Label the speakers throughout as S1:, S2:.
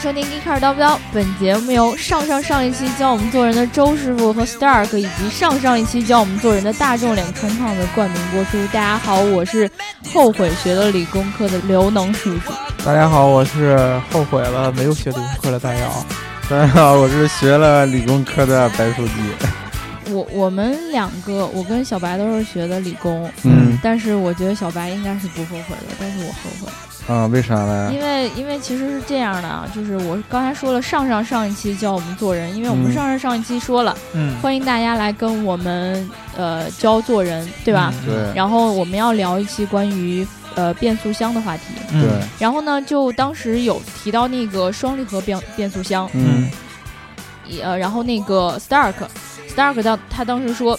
S1: 收听《一开始叨不叨》，本节目由上上上一期教我们做人的周师傅和 Stark，以及上上一期教我们做人的大众脸冲胖子冠名播出。大家好，我是后悔学了理工科的刘能叔叔。
S2: 大家好，我是后悔了没有学理工科的大姚。
S3: 大家好，我是学了理工科的白书记。
S1: 我我们两个，我跟小白都是学的理工，
S3: 嗯
S1: 但是我觉得小白应该是不后悔的，但是我后悔。
S3: 啊，为啥嘞？
S1: 因为因为其实是这样的啊，就是我刚才说了上上上一期教我们做人，因为我们
S3: 嗯
S1: 上上上一期说了，
S2: 嗯，
S1: 欢迎大家来跟我们呃教做人，对吧？
S2: 嗯
S3: 对
S1: 然后我们要聊一期关于呃变速箱的话题。
S2: 嗯
S3: 对，
S1: 然后呢，就当时有提到那个双离合变变速箱，
S3: 嗯
S1: 也呃，然后那个 Stark，Stark 当他当时说，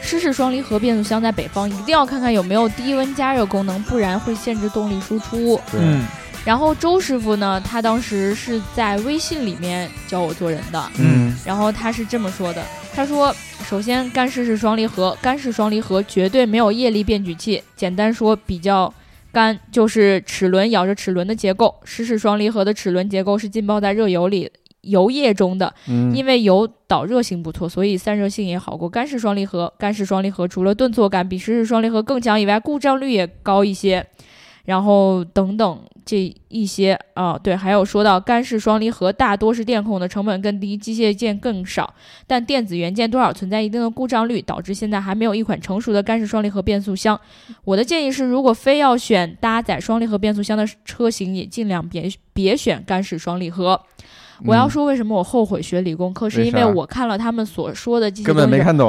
S1: 湿式双离合变速箱在北方一定要看看有没有低温加热功能，不然会限制动力输出。
S2: 嗯
S3: 对，
S1: 然后周师傅呢，他当时是在微信里面教我做人的，
S3: 嗯
S1: 然后他是这么说的，他说。首先，干式是双离合，干式双离合绝对没有液力变矩器。简单说，比较干就是齿轮咬着齿轮的结构。湿式双离合的齿轮结构是浸泡在热油里、油液中的，
S3: 嗯
S1: 因为油导热性不错，所以散热性也好过干式双离合。干式双离合除了顿挫感比湿式双离合更强以外，故障率也高一些。然后等等这一些啊，对，还有说到干式双离合大多是电控的，成本更低，机械件更少，但电子元件多少存在一定的故障率，导致现在还没有一款成熟的干式双离合变速箱。我的建议是，如果非要选搭载双离合变速箱的车型，也尽量别别选干式双离合。我要说为什么我后悔学理工科，是因为
S3: 嗯为啥
S1: 我看了他们所说的这些
S3: 根本
S1: 东西
S3: 没看懂。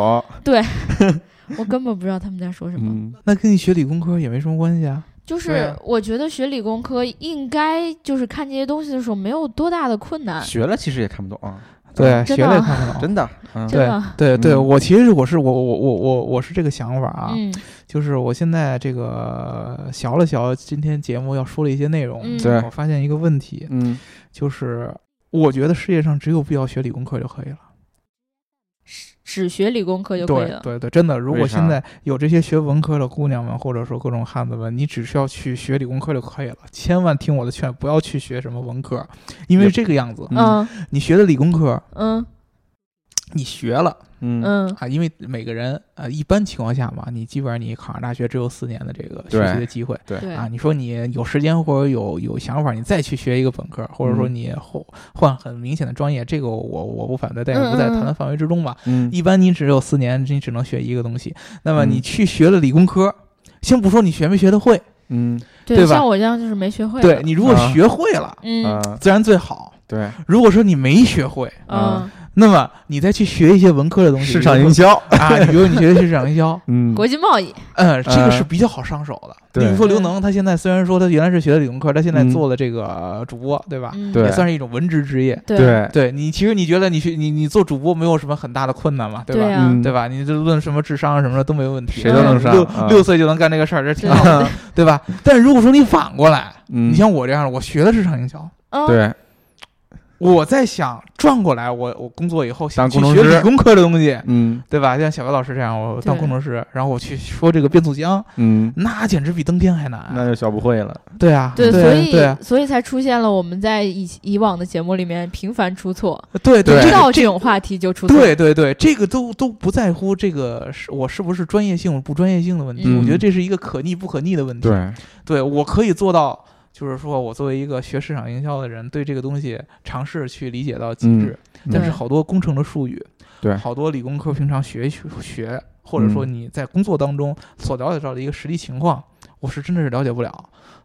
S1: 我根本不知道他们在说什么。
S3: 嗯，
S2: 那跟你学理工科也没什么关系啊。
S1: 就
S2: 对
S1: 是
S2: 啊
S1: 我觉得学理工科应该就是看这些东西的时候没有多大的困难，
S3: 学了其实也看不懂，
S2: 对，
S1: 真
S2: 学
S1: 的
S2: 了也
S1: 啊
S2: 看不懂。
S3: 真的。嗯
S1: 真
S2: 对啊
S1: 的
S2: 对对，
S3: 嗯
S2: 我其实我是我我我我我是这个想法啊，
S1: 嗯
S2: 就是我现在这个呃学了学今天节目要说的一些内容，
S1: 嗯
S3: 对
S2: 我发现一个问题，
S3: 嗯，
S2: 就是我觉得世界上只有必要学理工科就可以了。
S1: 只学理工科就可以
S2: 对
S1: 了。
S2: 对对，真的，如
S3: 为
S2: 果
S3: 啥
S2: 现在有这些学文科的姑娘们，或者说各种汉子们，你只需要去学理工科就可以了，千万听我的劝，不要去学什么文科，因为
S3: 也
S2: 是这个样子，
S1: 嗯
S2: 你学的理工科，
S1: 嗯
S2: 你学了
S3: 嗯
S1: 嗯
S2: 啊，因为每个人呃，一般情况下嘛，你基本上你考上大学只有四年的这个
S3: 对
S2: 学习的机会。
S1: 对
S2: 啊，你说你有时间或者有有想法，你再去学一个本科，或者说
S3: 嗯
S2: 你后换很明显的专业，这个我我不反对，但
S1: 嗯
S2: 也不在
S1: 嗯
S2: 谈论范围之中吧。
S3: 嗯，
S2: 一般你只有四年，你只能学一个东西。那么
S3: 嗯
S2: 你去学了理工科，先不说你学没学得会，
S3: 嗯
S1: 对
S2: 对吧
S1: 像我这样就是没学会。
S2: 对，你如果
S3: 啊
S2: 学会了，
S1: 嗯
S3: 啊，
S2: 自然最好。
S3: 对，
S2: 如果说你没学会，
S1: 嗯
S3: 啊，
S2: 那么你再去学一些文科的东西，
S3: 市场
S2: 比如
S3: 营
S2: 说
S3: 销。，
S2: 啊，你比如你学的市场营销
S3: 嗯，
S1: 国际贸易
S2: 嗯，这个
S3: 呃
S2: 是比较好上手的。
S3: 对
S2: 你比如说刘能，他现在虽然说他原来是学的理工科，他现在
S3: 嗯
S2: 做了这个呃主播，啊对吧？
S1: 嗯
S3: 对
S2: 也算是一种文职职业。
S1: 对
S2: 对你，其实你觉得你去你你做主播没有什么很大的困难嘛，对吧？
S1: 对啊
S3: 嗯，
S2: 对吧？你这论什么智商啊什么的都没有问题，
S3: 谁
S1: 都能
S3: 上
S2: 六
S3: 啊
S2: 六岁就能干这个事儿，这挺
S1: 对
S2: 好的，对吧？但如果说你反过来，
S3: 嗯，
S2: 你像我这样的，我学的市场营销，
S1: 嗯
S3: 对，
S2: 我在想转过来，我我工作以后想
S3: 当
S2: 去
S3: 工
S2: 学
S3: 程师
S2: 理工科的东西，
S3: 嗯
S2: 对吧？像小白老师这样，我当
S1: 对
S2: 工程师，然后我去说这个变速箱，
S3: 嗯，
S2: 那简直比登天还
S3: 那
S2: 难。
S3: 就学不会了。
S2: 对啊，
S1: 对，
S2: 对，
S1: 所以
S2: 对啊
S1: 所以才出现了我们在以以往的节目里面频繁出错，
S2: 对
S3: 对
S1: 知
S2: 这
S1: 道
S2: 个
S1: 这
S2: 这
S1: 种话题就出错。
S2: 对对对，这个都都不在乎这个是我是不是专业性不专业性的问题，
S1: 嗯
S2: 我觉得这是一个可逆不可逆的问题。
S3: 对，
S2: 对我可以做到，就是说我作为一个学市场营销的人，对这个东西尝试去理解到极致。
S3: 嗯
S2: 但是
S1: 对
S2: 好多工程的术语，
S3: 对嗯
S2: 好多理工科平常学一学学，或者说你在工作当中所了解到的一个实际情况，我是真的是了解不了。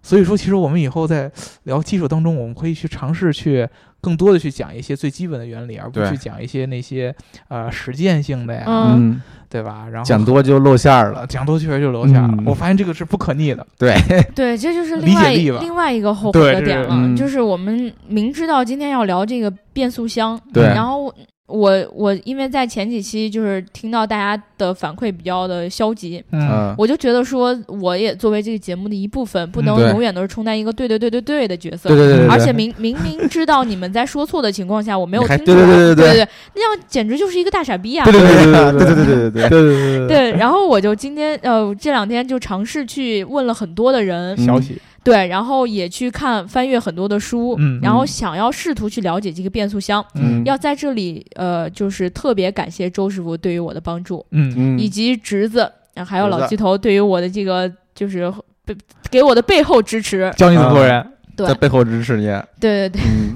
S2: 所以说，其实我们以后在聊技术当中，我们可以去尝试去更多的去讲一些最基本的原理，而不
S3: 对
S2: 去讲一些那些呃实践性的呀，
S1: 嗯
S3: 嗯，
S2: 对吧？然后
S3: 讲多就露馅儿了。
S2: 了，讲多确实就留下了。
S3: 嗯
S2: 我发现这个是不可逆的。
S1: 对，这就是
S2: 理
S1: 另
S2: 解
S1: 外
S2: 力吧
S1: 另外一个后悔
S2: 对
S1: 的
S2: 这
S1: 点
S2: 是
S1: 了，
S3: 嗯
S1: 就是我们明知道今天要聊这个变速箱，
S3: 对
S1: 然后我我我因为在前几期就是听到大家的反馈比较的消极。
S2: 嗯，
S3: 嗯，
S1: 我就觉得说，我也作为这个节目的一部分，不能
S2: 嗯对
S1: 永远都是充当一个对对对对对的角色。
S3: 对对对对，
S1: 而且
S3: 对
S1: 明明明知道你们在说错的情况下，我没有
S3: 你还
S1: 听
S3: 对
S1: 出
S3: 对
S1: 来，
S3: 对对
S1: 对
S3: 对
S1: 那样简直就是一个大傻逼啊！
S3: 对对对对对对对对对对对，
S2: 对对
S1: 对，然后我就今天呃这两天就尝试去问了很多的人，
S3: 嗯
S2: 消息，
S1: 对，然后也去看翻阅很多的书，
S2: 嗯
S1: 然后
S3: 嗯
S1: 想要试图去了解这个变速箱。
S2: 嗯
S1: 要在这里，呃，就是特别感谢周师傅对于我的帮助，
S2: 嗯
S3: 嗯
S1: 以及侄子，啊还有
S3: 侄子
S1: 老鸡头对于我的这个就是背给我的背后支持。
S2: 教你怎么做
S3: 啊
S2: 人。
S1: 对
S3: 在背后支持你，
S1: 对对对，
S3: 嗯，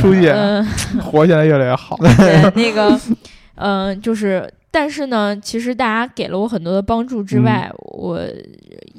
S2: 书记
S1: 嗯、
S2: 活现在越来越好。
S1: 对 那个，嗯、就是，但是呢，其实大家给了我很多的帮助
S3: 嗯
S1: 之外，我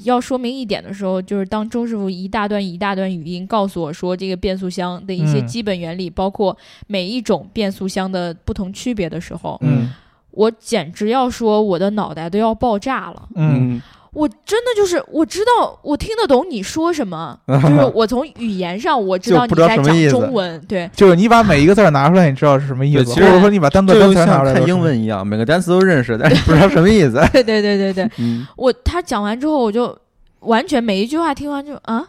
S1: 要说明一点的时候，就是当周师傅一大段一大段语音告诉我说这个变速箱的一些
S2: 嗯
S1: 基本原理，包括每一种变速箱的不同区别的时候，
S2: 嗯
S1: 我简直要说我的脑袋都要爆炸了。
S2: 嗯
S1: 我真的就是我知道我听得懂你说什么， 就是我从语言上我知道
S3: 就
S1: 你
S3: 不知道
S1: 在
S3: 什么
S1: 讲
S3: 意思
S1: 中文，对
S2: 就是你把每一个字儿拿出来，你知道是什么意思，或
S3: 对其实
S2: 者说你把单个
S3: 这
S2: 单
S3: 就
S2: 词儿拿
S3: 像
S2: 出来，
S3: 看英。文一样，每个单词都认识，但是不知道什 么意思。
S1: 对对对对对，
S3: 嗯，
S1: 我他讲完之后，我就完全每一句话听完就啊，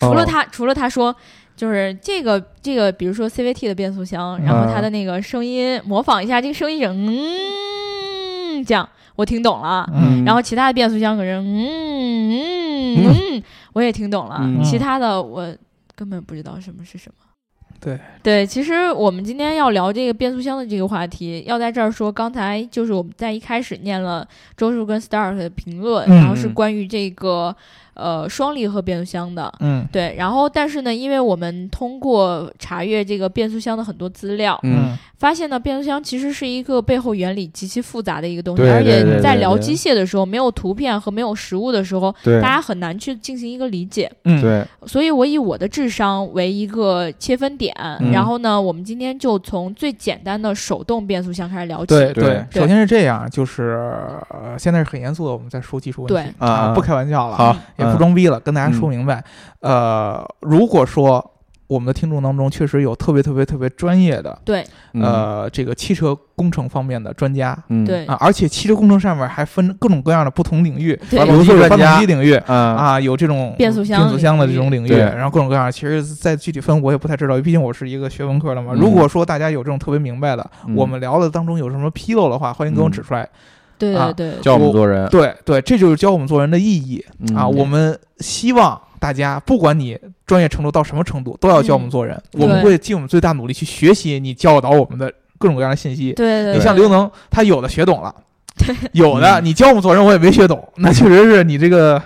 S1: 除了他、除了他说就是这个这个，比如说 CVT 的变速箱，然后他的那个声音、模仿一下这个声音是嗯这样，我听懂了。
S2: 嗯
S1: 然后其他的变速箱可是嗯嗯嗯，我也听懂了。
S3: 嗯
S1: 其他的我根本不知道什么是什么。
S2: 对
S1: 对，其实我们今天要聊这个变速箱的这个话题，要在这儿说，刚才就是我们在一开始念了周树跟 Star 的评论，
S2: 嗯
S1: 然后是关于这个呃双离合变速箱的。
S2: 嗯
S1: 对，然后但是呢，因为我们通过查阅这个变速箱的很多资料，
S3: 嗯，
S1: 发现呢，变速箱其实是一个背后原理极其复杂的一个东西，
S3: 对
S1: 而且
S3: 对
S1: 你
S3: 对
S1: 在
S3: 对
S1: 聊
S3: 对
S1: 机械的时候，没有图片和没有实物的时候，
S3: 对
S1: 大家很难去进行一个理解。
S2: 嗯，
S3: 对，
S1: 所以我以我的智商为一个切分点，
S2: 嗯
S1: 然后呢，我们今天就从最简单的手动变速箱开始聊起。
S2: 对
S3: 对
S1: 对
S2: 首先是这样，就是呃现在是很严肃的，我们在说技术问
S1: 对
S2: 题
S3: 啊啊嗯
S2: 不开玩笑了，
S3: 好，
S2: 也不装逼了，跟大家说明白。呃，如果说我们的听众当中确实有特别特别特别专业的，
S1: 对
S3: 嗯，
S2: 呃，这个汽车工程方面的专家
S3: 嗯，
S1: 对
S2: 啊，而且汽车工程上面还分各种各样的不同领域，
S1: 对
S3: 玩
S2: 比
S3: 吧
S2: 如说有
S3: 专
S2: 发
S3: 家
S2: 动机领域，
S3: 啊，
S2: 啊，有这种
S1: 变速箱
S2: 变速箱的这种领域，
S3: 对
S2: 然后各种各样。其实，在具体分我也不太知道，毕竟我是一个学文科的嘛。
S3: 嗯
S2: 如果说大家有这种特别明白的，
S3: 嗯
S2: 我们聊的当中有什么纰漏的话，欢迎给我指出来。
S1: 对
S2: 啊
S1: 对对，
S3: 教我们做人
S2: 对对，这就是教我们做人的意义
S3: 嗯
S2: 啊！我们希望大家，不管你专业程度到什么程度，都要教我们做人。
S1: 嗯
S2: 我们
S1: 对
S2: 会尽我们最大努力去学习你教导我们的各种各样的信息。
S1: 对对，
S2: 你
S1: 对
S2: 像刘能，他有的学懂了，有的你教我们做人，我也没学懂，那确实是你这个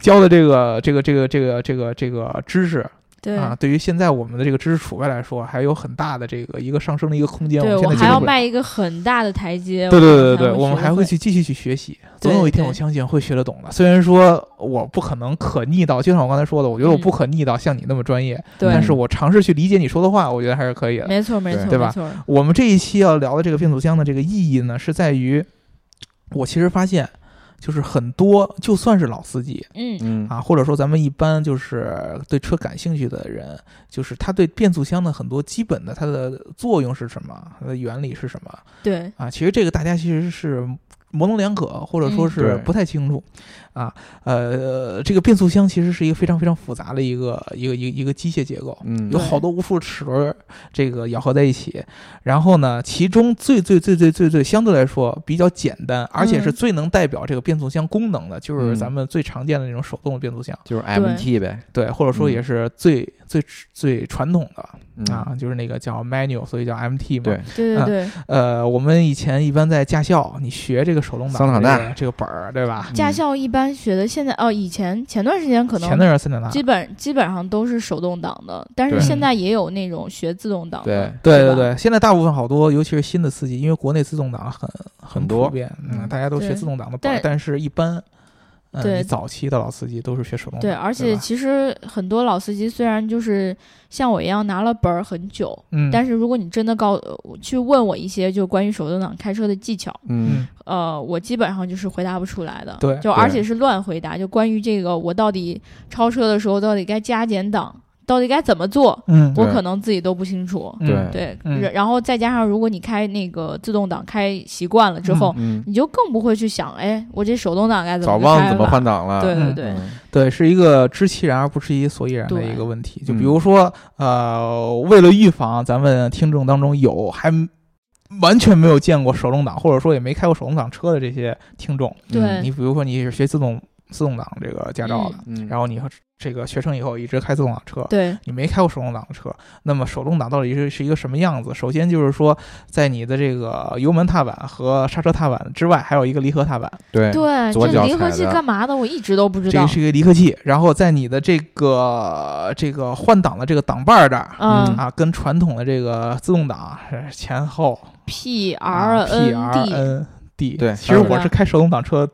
S2: 教的这个这个这个这个这个这个知识
S1: 对
S2: 啊，对于现在我们的这个知识储备来说，还有很大的这个一个上升的一个空间。
S1: 对
S2: 我
S1: 我
S2: 们
S1: 还
S2: 现在接
S1: 要
S2: 受不了。
S1: 迈一个很大的台阶。
S2: 对对
S1: 我
S2: 对对
S1: 才
S2: 对，我们
S1: 学
S2: 还
S1: 得
S2: 会
S1: 会
S2: 去继续去学习，
S1: 对
S2: 总有一天
S1: 对
S2: 我相信会学得懂的。虽然说我不可能可逆到，就像我刚才说的，我觉得我
S1: 嗯
S2: 不可逆到像你那么专业，
S1: 对，
S2: 但是我尝试去理解你说的话，我觉得还是可以的。
S1: 没错没
S3: 对
S1: 错
S2: 对
S1: 没
S2: 吧
S1: 错，
S2: 我们这一期要聊的这个变速箱的这个意义呢，是在于我其实发现，就是很多就算是老司机
S1: 嗯
S3: 嗯
S2: 啊，或者说咱们一般就是对车感兴趣的人，就是他对变速箱的很多基本的它的作用是什么，它的原理是什么
S1: 对
S2: 啊，其实这个大家其实是。模棱两可，或者说
S1: 嗯
S2: 是
S3: 对
S2: 不太清楚，啊，呃，这个变速箱其实是一个非常非常复杂的一个一个一个一个机械结构，
S3: 嗯
S2: 有好多无数齿轮儿这个咬合在一起，然后呢，其中最最最最最最相对来说比较简单，而且是
S1: 嗯
S2: 最能代表这个变速箱功能的，就是
S3: 嗯
S2: 咱们最常见的那种手动的变速箱，
S3: 就是 MT 呗
S2: 对，或者说
S3: 嗯
S2: 也是最最最传统的
S3: 嗯
S2: 啊，就是那个叫 manual，所以叫 MT 嘛。
S3: 对，
S1: 对对
S2: 啊
S1: 对，
S2: 呃，我们以前一般在驾校你学这个手动
S3: 桑塔
S2: 挡
S3: 纳
S2: 的这个这个本儿，对吧？
S3: 嗯
S1: 驾校一般学的现在哦，以前前段时间可
S2: 前
S1: 能
S2: 段是桑塔纳。
S1: 基本基本上都是手动挡的，但是
S3: 对
S1: 现在也有那种学自动挡的
S3: 对。
S2: 对对
S1: 吧
S2: 对，现在大部分好多，尤其是新的司机，因为国内自动挡很很
S3: 很多
S2: 普遍，嗯，
S3: 嗯
S2: 大家都学
S1: 对
S2: 自动挡的本儿
S1: 但，
S2: 但是一般，嗯，
S1: 对
S2: 你早期的老司机都是学手动挡，
S1: 对，而且
S2: 吧
S1: 其实很多老司机虽然就是像我一样拿了本儿很久，
S2: 嗯，
S1: 但是如果你真的告呃去问我一些就关于手动挡开车的技巧，
S3: 嗯
S2: 嗯，
S1: 呃，我基本上就是回答不出来的。
S2: 对
S1: 就而
S3: 对
S1: 且是乱回答，就关于这个我到底超车的时候到底该加减档，到底该怎么做，
S2: 嗯，
S1: 我
S3: 对
S1: 可能自己都不清楚。
S2: 嗯
S3: 对
S1: 对，
S2: 嗯
S1: 然然后再加上如果你开那个自动挡开习惯了之后，
S3: 嗯，
S1: 你就更不会去想，哎，我这手动挡该怎
S3: 早
S1: 么去
S3: 忘
S1: 开
S3: 怎么
S1: 了
S3: 换挡了，
S1: 对对
S2: 嗯
S1: 对，
S3: 嗯
S2: 对，是一个知其然而不知其所以然的
S1: 对
S2: 一个问题。就
S3: 嗯
S2: 比如说，呃，为了预防咱们听众当中有还完全没有见过手动挡，或者说也没开过手动挡车的这些听众，
S1: 对
S2: 你比如说你是学自动自动挡这个驾照的，
S3: 嗯，
S2: 然后你和这个学成以后一直开自动挡车，
S3: 哎
S1: 对，
S2: 你没开过手动挡的车，那么手动挡到底是是一个什么样子？首先就是说，在你的这个油门踏板和刹车踏板之外，还有一个离合踏板，
S3: 对
S1: 对，
S3: 左
S1: 这
S3: 脚
S1: 离合
S3: 踩
S1: 器
S3: 的
S1: 干嘛的？我一直都不知
S2: 这
S1: 道
S2: 个。是一个离合器。然后在你的这个这个换挡的这个挡把儿这儿。
S1: 嗯
S2: 啊，跟传统的这个自动挡是前后
S1: ，P
S2: 啊
S1: R
S2: P R 呃
S1: N D，
S2: N D。
S3: 对
S2: 其实我
S1: 还
S2: 是
S1: 有
S2: 开手动挡车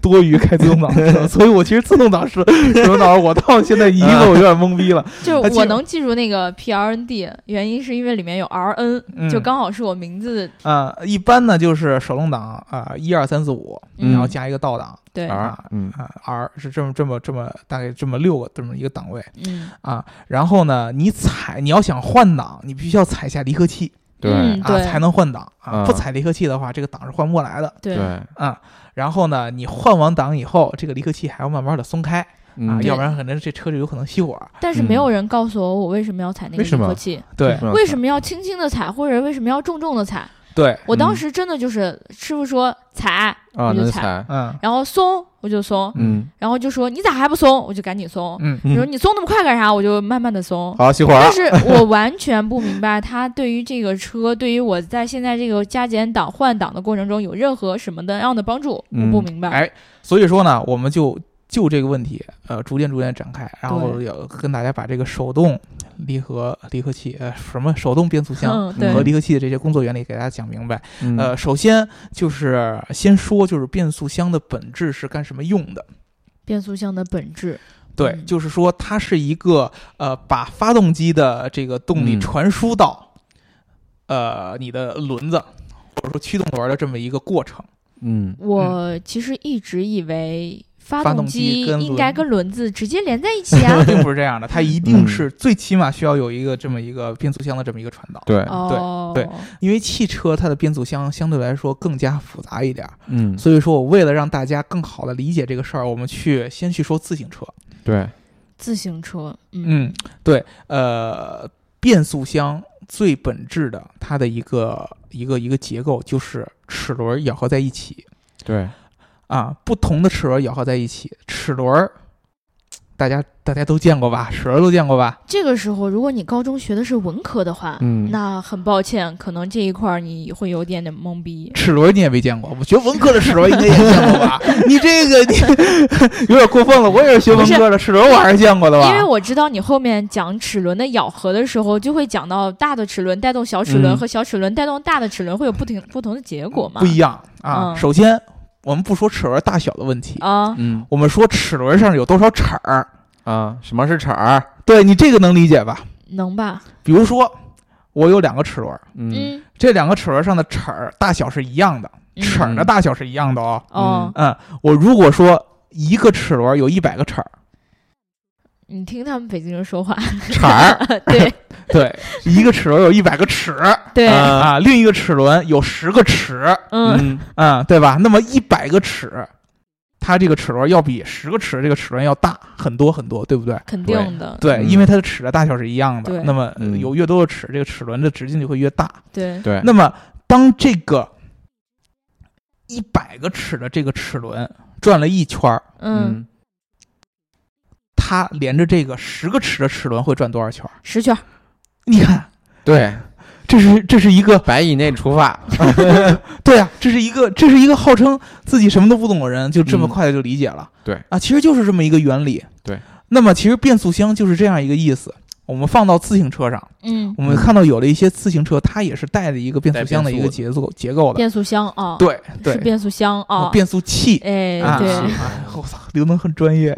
S2: 多于开自动挡车，所以我其实自动挡是手动挡，我到现在一个我有点懵逼了。
S1: 就
S2: 它
S1: 是
S2: 基
S1: 我
S2: 本
S1: 能记住那个 P R N D，原因是因为里面有 R N，
S2: 嗯
S1: 就刚好是我名字。
S2: 啊，一般呢就是手动挡啊，一二三四五，
S1: 嗯
S2: 然后加一个倒档
S1: 对，
S3: R，嗯
S2: 啊，R 是这么这么这么大概这么六个这么一个档位
S1: 嗯，
S2: 啊。然后呢，你踩你要想换挡，你必须要踩下离合器
S3: 对
S1: 嗯
S2: 啊，
S1: 对
S2: 才能换挡啊。
S3: 嗯
S2: 不踩离合器的话，这个档是换不过来的
S1: 对
S3: 对，
S2: 啊。然后呢，你换完档以后，这个离合器还要慢慢的松开啊，
S3: 嗯
S1: 对
S2: 要不然可能这车就有可能熄火。
S1: 但
S2: 嗯
S1: 是没有人告诉我我为什么要踩那个
S3: 为
S1: 离
S3: 什么
S1: 合器，
S2: 对
S3: 不要
S1: 为
S3: 踩
S1: 什么要轻轻的踩，或者为什么要重重的踩。
S2: 对，
S1: 我当
S3: 嗯
S1: 时真的就是师傅说踩，
S3: 啊
S1: 我就
S3: 能
S1: 踩，
S3: 踩？
S2: 嗯
S1: 然后松我就松，
S3: 嗯
S1: 然后就说你咋还不松，我就赶紧松。
S2: 嗯
S1: 你哎说
S3: 嗯，
S1: 你松那么快干啥？我就慢慢的松。
S3: 好，熄火了
S1: 但，是我完全不明白他对于这个车，对于我在现在这个加减档换挡的过程中有任何什么的样的帮助，我
S3: 嗯
S1: 不明白。
S2: 哎，所以说呢，我们就就这个问题，呃，逐渐逐渐展开，然后
S1: 对
S2: 要跟大家把这个手动离合离合器，呃，什么手动变速箱。
S1: 嗯，对
S2: 和，离合器的这些工作原理给大家讲明白。
S3: 嗯
S2: 呃，首先就是先说，就是变速箱的本质是干什么用的？
S1: 变速箱的本质。
S2: 对，
S1: 嗯
S2: 就是说它是一个呃，把发动机的这个动力
S3: 嗯
S2: 传输到、呃你的轮子或者说驱动轮的这么一个过程。
S3: 嗯
S1: 我其实一直以为发
S2: 发
S1: 动
S2: 动机
S1: 机
S2: 跟
S1: 应该
S2: 轮。
S1: 跟轮子直接连在一起啊
S2: 并不是这样的，它一定是最起码需要有一个这么一个变速箱的这么一个传导，
S3: 嗯对，
S1: 哦，
S2: 对因为汽车它的变速箱相对来说更加复杂一点儿，
S3: 嗯
S2: 所以说我为了让大家更好的理解这个事儿，我们去先去说自行车，
S3: 对，
S1: 自行车，嗯，
S2: 嗯，对，呃，变速箱最本质的它的一个一个一个结构就是齿轮咬合在一起
S3: 对，
S2: 啊，不同的齿轮咬合在一起，齿轮儿大家大家都见过吧，齿轮都见过吧，
S1: 这个时候如果你高中学的是文科的话，
S3: 嗯
S1: 那很抱歉，可能这一块儿你会有点点懵逼。
S2: 齿轮你也没见过，我学文科的齿轮应该也见过吧？你这个你 有点过分了，我也是学文科的，齿轮我还是见过的吧？
S1: 因为我知道你后面讲齿轮的咬合的时候，就会讲到大的齿轮带动小齿轮
S2: 嗯
S1: 和小齿轮带动大的齿轮会有不停不同的结果嘛？
S2: 不一样啊。
S1: 嗯
S2: 首先，我们不说齿轮大小的问题，
S1: 啊，
S3: 嗯
S2: 我们说齿轮上有多少齿儿。
S3: 啊，什么是齿儿？
S2: 对你这个能理解吧？
S1: 能吧？
S2: 比如说，我有两个齿轮，
S3: 嗯
S1: 嗯，
S2: 这两个齿轮上的齿儿大小是一样的，
S1: 嗯
S2: 齿儿的大小是一样的哦。
S1: 哦，
S2: 嗯，我如果说一个齿轮有一百个齿 儿，
S1: 你听他们北京人说话，
S2: 齿儿
S1: 对
S2: 对，一个齿轮有一百个齿。
S1: 对，
S3: 啊
S2: 啊，另一个齿轮有十个齿，
S1: 嗯，
S3: 嗯
S2: 嗯，对吧？那么一百个齿，它这个齿轮要比十个齿这个齿轮要大很多很多，对不对？
S1: 肯定的，
S2: 对，
S3: 嗯
S2: 因为它的齿的大小是一样的
S1: 对，
S2: 那么呃
S3: 嗯
S2: 有越多的齿，这个齿轮的直径就会越大。
S1: 对，
S3: 对，
S2: 那么当这个一百个齿的这个齿轮转了一圈儿，
S1: 嗯，
S2: 它连着这个十个齿的齿轮会转多少圈儿？
S1: 十圈儿，
S2: 你看，
S3: 对，
S2: 这是这是一个
S3: 百以内除法，
S2: 对啊，这是一个这是一个号称自己什么都不懂的人，就这么
S3: 嗯
S2: 快就理解了。
S3: 对
S2: 啊，其实就是这么一个原理。
S3: 对，
S2: 那么其实变速箱就是这样一个意思。我们放到自行车上，
S1: 嗯，
S2: 我们
S3: 嗯
S2: 看到有了一些自行车，它也是带着一个变速箱的
S3: 带
S2: 一
S3: 变
S2: 个
S3: 速
S2: 结构结构的。
S1: 变速箱啊，
S2: 对
S1: 是
S2: 对，
S1: 嗯变速箱啊，
S2: 变速器。
S1: 哎，
S2: 啊，
S1: 对，
S2: 哎 我操，刘能很专 业，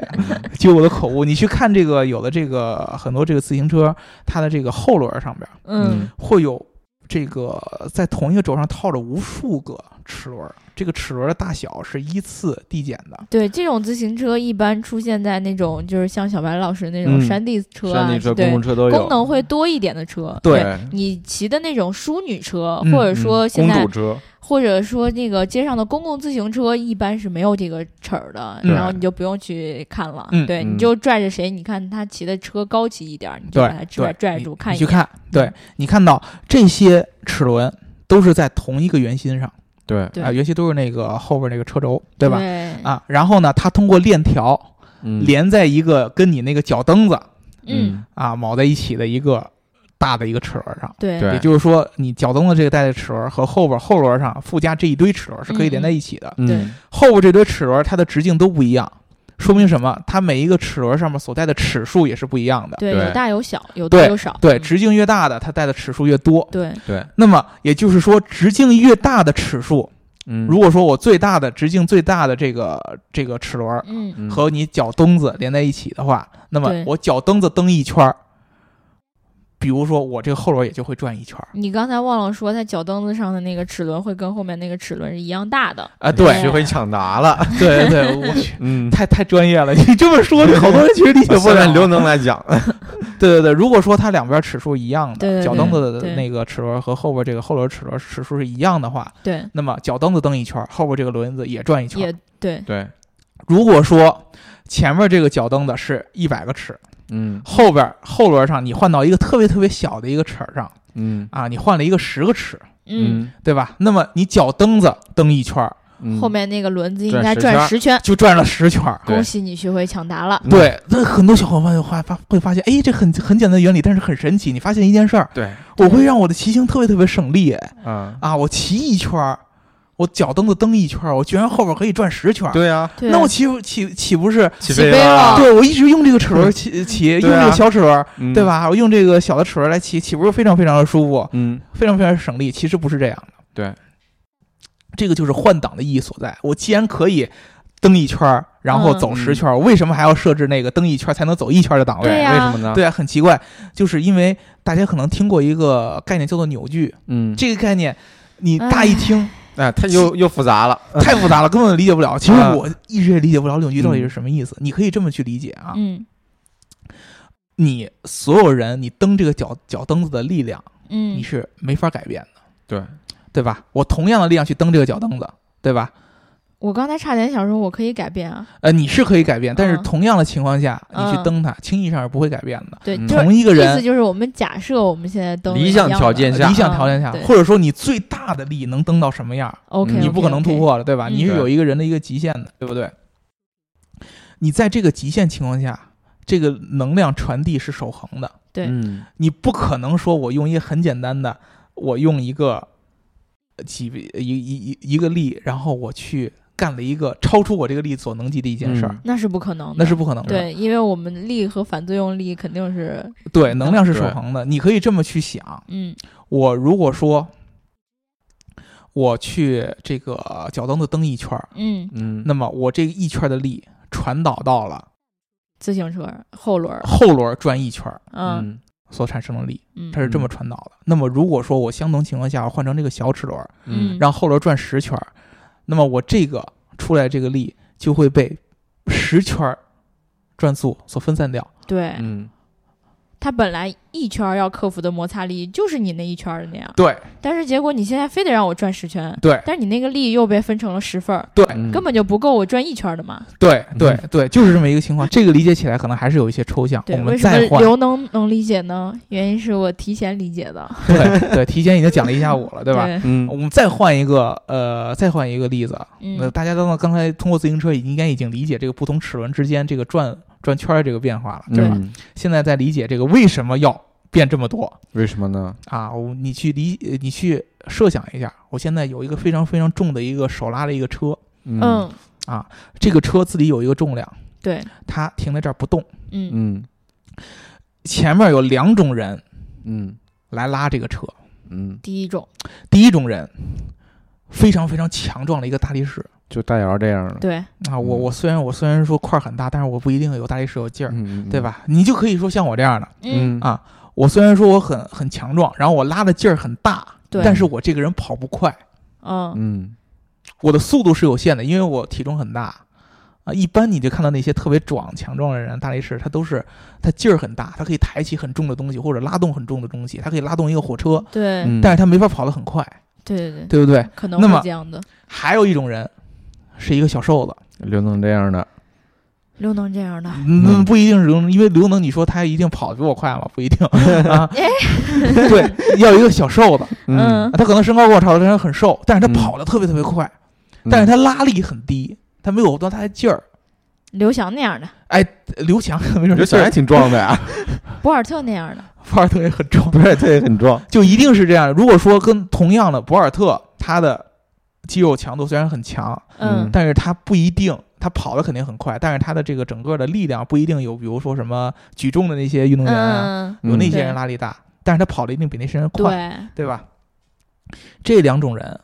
S2: 就我的口误。你去看这个，有的这个很多这个自行车，它的这个后轮上边
S1: 嗯，
S2: 会有这个在同一个轴上套着无数个齿轮，这个齿轮的大小是依次递减的。
S1: 对，这种自行车一般出现在那种就是像小白老师那种
S3: 嗯
S1: 山地车
S3: 山
S1: 啊，
S3: 地车、公
S1: 对
S3: 共，车都有，
S1: 功能会多一点的车，
S2: 对
S1: 你骑的那种淑女车，
S2: 嗯
S1: 或者说现
S3: 公
S1: 在
S3: 主，车，
S1: 或者说那个街上的公共自行车，一般是没有这个齿儿的，
S2: 嗯
S1: 然后你就不用去看了。
S2: 嗯
S1: 对，
S3: 嗯
S1: 你就拽着谁，你看他骑的车高级一点儿，你就
S2: 对
S1: 把他，拽
S2: 对，
S1: 拽
S2: 你
S1: 住
S2: 你
S1: 看一
S2: 去
S1: 眼。嗯
S2: 看，对你看到这些齿轮都是在同一个圆心上，
S3: 对，
S1: 对
S2: 啊，原先都是那个后边那个车轴，对吧？
S1: 对，
S2: 啊，然后呢，它通过链条
S3: 嗯
S2: 连在一个跟你那个脚蹬子
S1: 嗯，
S2: 啊铆在一起的一个大的一个齿轮上。
S1: 对
S3: 对
S2: 也就是说，你脚蹬子这个带的齿轮和后边后轮上附加这一堆齿轮是可以连在一起的。
S3: 嗯
S1: 对
S2: 后边这堆齿轮它的直径都不一样，说明什么？它每一个齿轮上面所带的齿数也是不一样的。
S1: 对，
S3: 对
S1: 有大有小，有多有少，
S2: 对，
S1: 嗯
S2: 直径越大的，它带的齿数越多。
S1: 对
S3: 对，
S2: 那么也就是说，直径越大的齿数，
S3: 嗯
S2: 如果说我最大的直径最大的这个这个齿轮
S1: 嗯，
S3: 嗯
S2: 和你脚蹬子连在一起的话，那么
S1: 对
S2: 我脚蹬子蹬一圈儿，比如说我这个后轮也就会转一圈儿
S1: 你刚才忘了说，它脚蹬子上的那个齿轮会跟后面那个齿轮是一样大的，
S2: 啊。
S1: 对
S3: 学会抢答了，
S2: 对对对，我去，
S3: 嗯，
S2: 太太专业了。你这么说，好多人其实理解不
S3: 现在
S2: 了。
S3: 刘能来讲，
S2: 对对对，如果说它两边齿数一样的，
S1: 对对对
S2: 脚蹬子的
S1: 对
S2: 那个齿轮和后边这个后轮齿轮齿数是一样的话，
S1: 对，
S2: 那么脚蹬子蹬一圈儿，后边这个轮子也转一圈
S1: 也
S2: 儿。
S1: 对，
S3: 对，
S2: 如果说前面这个脚蹬子是一百个齿，
S3: 嗯
S2: 后边后轮上你换到一个特别特别小的一个齿儿上
S3: 嗯
S2: 啊，你换了一个十个齿，
S1: 嗯，
S2: 对吧？那么你脚蹬子蹬一圈儿，
S3: 嗯
S1: 后面那个轮子应
S3: 转
S1: 该
S3: 十
S1: 转
S3: 圈
S1: 十圈，
S2: 就转了十圈儿。
S3: 对
S1: 恭喜你学会抢答了，
S3: 嗯
S2: 对，那很多小伙伴会发会发现，哎，这很很简单的原理，但是很神奇。你发现一件事儿，
S3: 对
S2: 我会让我的骑行特别特别省力，哎
S3: 啊，
S2: 啊，我骑一圈儿，我脚蹬子蹬一圈儿，我居然后边可以转十圈儿。
S3: 对呀，
S1: 对
S2: 那我岂不岂岂不是？
S3: 起
S1: 起
S3: 飞
S1: 飞了啊
S2: 对我一直用这个齿 轮骑骑，用
S3: 对啊
S2: 这个小齿轮，
S3: 嗯
S2: 对？吧？我用这个小的齿轮来骑，岂不是非常非常的舒服，
S3: 嗯
S2: 非常非常省力？其实不是这样的。
S3: 对，
S2: 这个就是换挡的意义所在。我既然可以蹬一圈儿，然后
S1: 嗯
S2: 走十圈儿，我为什么还要设置那个蹬一圈儿才能走一圈儿的档
S1: 对
S2: 位？
S1: 呀
S3: 为什么呢？，
S2: 对啊，很奇怪，就是因为大家可能听过一个概念叫做扭矩，
S3: 嗯，
S2: 这个概念你大一听。
S3: 哎，它又又复杂了，
S2: 太复杂了，根本理解不了。其实
S3: 啊
S2: 我一直也理解不了领域
S3: 嗯
S2: 到底是什么意思。你可以这么去理解啊，
S1: 嗯
S2: 你所有人你蹬这个脚脚蹬子的力量，
S1: 嗯
S2: 你，是没法改变的，
S3: 对
S2: 对吧？我同样的力量去蹬这个脚蹬子，对吧？
S1: 我刚才差点想说我可以改变啊，
S2: 呃，你是可以改变，但是同样的情况下，
S1: 嗯
S2: 你去蹬它，轻易上是不会改变的。
S1: 对，
S3: 嗯
S1: 就是
S2: 同一个
S1: 意思
S2: 人，
S1: 就是我们假设我们现在都
S3: 理想条件下
S2: 理想条件下，
S1: 嗯对
S2: 或者说你最大的力能蹬到什么样，
S1: ，OK，
S3: 嗯
S2: 你不可能突，破了，对吧？
S1: 嗯
S2: 你是有一个人的一个极限的，对不对？你在这个极限情况下，这个能量传递是守恒的，
S1: 对
S3: 嗯
S2: 你不可能说我用一个很简单的，我用一个几一一一一个力，然后我去干了一个超出我这个力所能及的一件事儿。
S3: 嗯
S1: 那是不可能的，
S2: 那是不可能的，
S1: 对，因为我们力和反作用力肯定是，
S2: 对能量是守恒的。你可以这么去想：
S1: 嗯
S2: 我如果说我去这个脚蹬子蹬一圈儿，
S1: 嗯，
S3: 嗯，
S2: 那么我这一圈的力传导到了
S1: 自行车后轮儿，
S2: 后轮转一圈
S1: 嗯
S3: 嗯
S2: 所产生的力，
S1: 嗯
S2: 它是这么传导的。那么如果说我相同情况下我换成这个小齿轮，
S1: 嗯
S2: 让后轮转十圈，那么我这个出来这个力就会被十圈转速所分散掉。
S1: 对，
S3: 嗯
S1: 它本来一圈儿要克服的摩擦力就是你那一圈儿的那样，
S2: 对
S1: 但是结果你现在非得让我转十圈，
S2: 对
S1: 但是你那个力又被分成了十份儿，
S2: 对
S3: 嗯
S1: 根本就不够我转一圈儿的嘛。
S2: 对对对，就是这么一个情况。嗯这个理解起来可能还是有一些抽象，我
S1: 对，为
S2: 们
S1: 什
S2: 再
S1: 么
S2: 换。
S1: 刘能能理解呢？原因是我提前理解的，
S2: 对对，提前已经讲了一下午了， 对吧？
S1: 对
S2: 我
S3: 嗯
S2: 们再换一个，呃，再换一个例子，那
S1: 嗯，
S2: 大家刚刚刚才通过自行车已经应该已经理解这个不同齿轮之间这个转转圈儿这个变化了，对吧？
S3: 嗯
S2: 现在在理解这个为什么要变这么多
S3: 为什么呢？
S2: 啊？我你去理呃你去设想一下，我现在有一个非常非常重的一个手拉的一个车，
S1: 嗯，
S2: 这个车自己有一个重量，
S1: 对，
S2: 它停在这儿不动，
S1: 嗯
S3: 嗯
S2: 前面有两种人
S3: 嗯
S2: 来拉这个车，
S3: 嗯，
S1: 第一种，
S2: 第一种人非常非常强壮的一个大力士。
S3: 就大姚这样的，
S1: 对，
S2: 啊，我
S3: 嗯
S2: 我虽然我虽然说块儿很大，但是我不一定有大力士有劲儿，
S3: 嗯
S2: 对？吧？你就可以说像我这样的，
S1: 嗯，
S3: 嗯
S2: 啊我虽然说我很很强壮，然后我拉的劲儿很大，
S1: 对
S2: 但是我这个人跑不快，
S1: 嗯，
S3: 嗯
S2: 我的速度是有限的，因为我体重很大啊。一般你就看到那些特别壮、强壮的人，大力士，他都是他劲儿很大，他可以抬起很重的东西或者拉动很重的东西，他可以拉动一个火车，
S1: 对，
S3: 嗯，
S2: 但是他没法跑得很快，
S1: 对对对，
S2: 对不对？
S1: 可能
S2: 那
S1: 会
S2: 么
S1: 这样的，
S2: 还有一种人是一个小瘦子，
S3: 刘能这样的，
S1: 刘能这样的，
S2: 嗯，不一定是刘能，因为刘能你说他一定跑得比我快吗？不一 定啊。对，要一个小瘦子，
S1: 嗯
S2: 他可能身高跟我差不多，但是他很瘦，但是他
S3: 嗯
S2: 跑得特别特别快，但是他拉力很低，他没有到他的劲儿。
S1: 刘翔那样的，
S2: 刘翔可能没准
S3: 刘
S2: 儿劲
S3: 翔还
S2: 儿，
S3: 挺壮 的呀，
S1: 博尔特那样的，
S2: 博尔特也很壮，
S3: 不是，他也很壮，
S2: 就一定是这样的。如果说跟同样的博尔特，他的肌肉强度虽然很强，
S1: 嗯
S2: 但是他不一定，他跑的肯定很快，但是他的这个整个的力量不一定有，比如说什么举重的那些运动员啊，
S1: 嗯，
S2: 有那
S3: 嗯
S2: 些
S1: 对
S2: 人拉力大，但是他跑的一定比那些人快，
S1: 对，
S2: 对啊吧？这两种人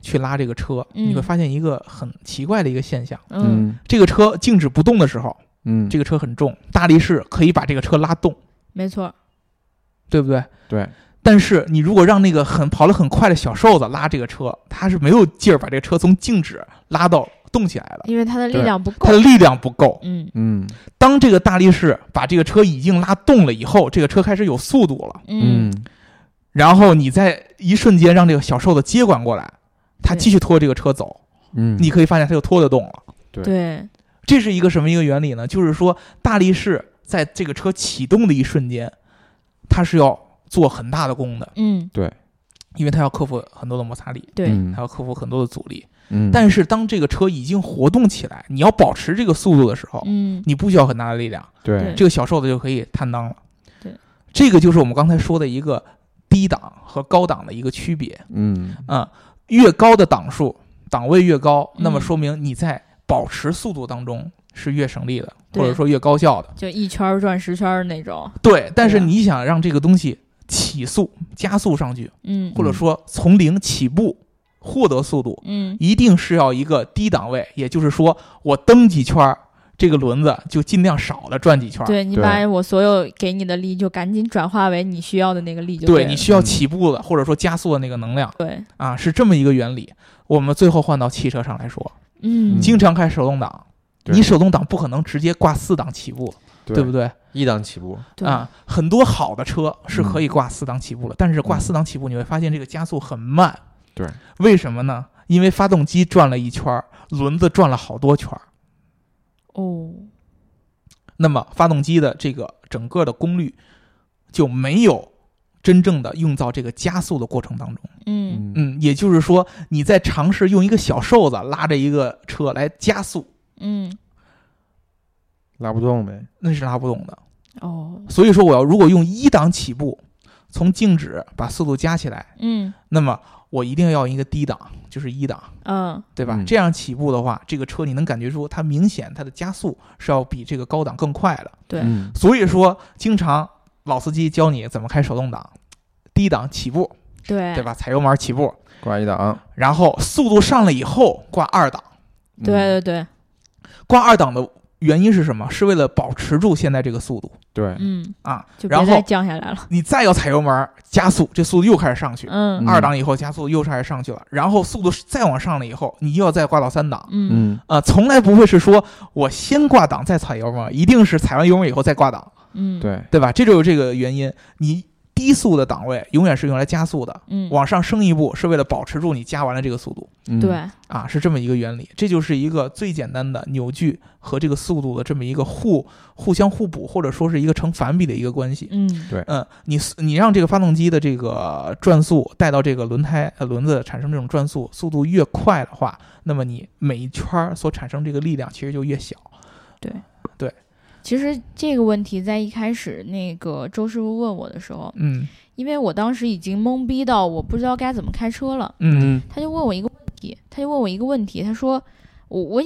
S2: 去拉这个车，
S1: 嗯
S2: 你会发现一个很奇怪的一个现象：
S1: 嗯，
S2: 这个车静止不动的时候，
S3: 嗯，
S2: 这个车很重，大力士可以把这个车拉动，
S1: 没错，
S2: 对不对？
S3: 对，
S2: 但是你如果让那个很跑得很快的小瘦子拉这个车，他是没有劲儿把这个车从静止拉到动起来的，
S3: 哎
S1: 因为他的力
S3: 对
S1: 量不
S2: 他
S1: 够
S2: 的，力量不够。
S1: 嗯
S3: 嗯
S2: 当这个大力士把这个车已经拉动了以后，这个车开始有速度了，
S1: 嗯，
S2: 然后你在一瞬间让这个小瘦子接管过来，他
S1: 对
S2: 继续拖这个车走，
S3: 嗯，
S2: 你可以发现他就拖得动了。
S1: 对，
S2: 这是一个什么一个原理呢？就是说大力士在这个车启动的一瞬间，他是要做很大的功的，
S1: 嗯，
S2: 因为他要克服很多的摩擦力，
S1: 对，
S3: 嗯
S2: 还要克服很多的阻力。
S3: 嗯，
S2: 但是当这个车已经活动起来，你要保持这个速度的时候，
S1: 嗯，
S2: 你不需要很大的力量，
S3: 对，
S2: 这个小瘦子就可以探当了。
S1: 对，
S2: 这个就是我们刚才说的一个低档和高档的一个区别
S3: 嗯
S2: 啊、越高的档数，档位越高，那么
S1: 嗯
S2: 说明你在保持速度当中是越省力的，
S1: 对
S2: 或者说越高效的。
S1: 就一圈儿转十圈儿那种，
S2: 对，但是
S1: 对啊
S2: 你想让这个东西起速、加速上去，
S1: 嗯
S2: 或者说从零起步获得速度，
S1: 嗯，
S2: 一定是要一个低档位，也就是说，我蹬几圈儿，这个轮子就尽量少了转几圈儿。
S1: 对你
S3: 对
S1: 把我所有给你的力就赶紧转化为你需要的那个力就
S2: 对
S1: 了
S2: 你需要起步的或者说加速的那个能量
S1: 对，
S2: 啊，是这么一个原理。我们最后换到汽车上来说，
S1: 嗯，
S2: 经常开手动挡，
S3: 对
S2: 你手动挡不可能直接挂四档起步，对不对？
S3: 一档起步，
S1: 对
S2: 啊，很多好的车是可以挂四档起步的，但是挂四档起步你会发现这个加速很慢。
S3: 对，
S2: 为什么呢？因为发动机转了一圈儿，轮子转了好多圈儿，
S1: 哦，
S2: 那么发动机的这个整个的功率就没有真正的用到这个加速的过程当中。
S1: 嗯
S3: 嗯
S2: 嗯，也就是说，你在尝试用一个小瘦子拉着一个车来加速，
S1: 嗯，
S3: 拉不动呗，
S2: 那是拉不动的。
S1: 哦，
S2: 所以说，我要如果用一档起步，从静止把速度加起来，
S1: 嗯
S2: 那么我一定要用一个低档，就是一档，
S1: 嗯，
S2: 对吧？
S3: 嗯
S2: 这样起步的话，这个车你能感觉出它明显它的加速是要比这个高档更快的。
S1: 对
S3: 嗯
S2: 所以说，经常老司机教你怎么开手动挡，低档起步，
S1: 对
S2: 对吧？踩油门起步，
S3: 挂一档，
S2: 然后速度上来以后挂二档。
S3: 嗯
S1: 对对对，
S2: 挂二档的原因是什么？是为了保持住现在这个速度
S3: 对，
S1: 嗯，
S2: 啊。
S1: 就别
S2: 然
S1: 再
S2: 后
S1: 降下来了，
S2: 你再要踩油门加速，这速度又开始上去。
S1: 嗯
S2: 二档以后加速又开始上去了，然后速度再往上了以后，你又要再挂到三档。
S1: 嗯
S3: 嗯
S2: 啊，从来不会是说我先挂档再踩油门，一定是踩完油门以后再挂档。
S1: 嗯，，
S3: 对，
S2: 对吧？这就是这个原因。你低速的档位永远是用来加速的，
S1: 嗯，
S2: 往上升一步是为了保持住你加完了这个速度
S3: 嗯
S1: 对，
S2: 啊，是这么一个原理。这就是一个最简单的扭矩和这个速度的这么一个互互相互补，或者说是一个成反比的一个关系。
S1: 嗯
S2: 嗯，你你让这个发动机的这个转速带到这个轮胎呃轮子产生这种转速，速度越快的话，那么你每一圈儿所产生这个力量其实就越小。
S1: 其实这个问题在一开始那个周师傅问我的时候，
S2: 嗯
S1: 因为我当时已经懵逼到我不知道该怎么开车了，
S2: 嗯
S1: 他就问我一个问题，他就问我一个问题，他说我我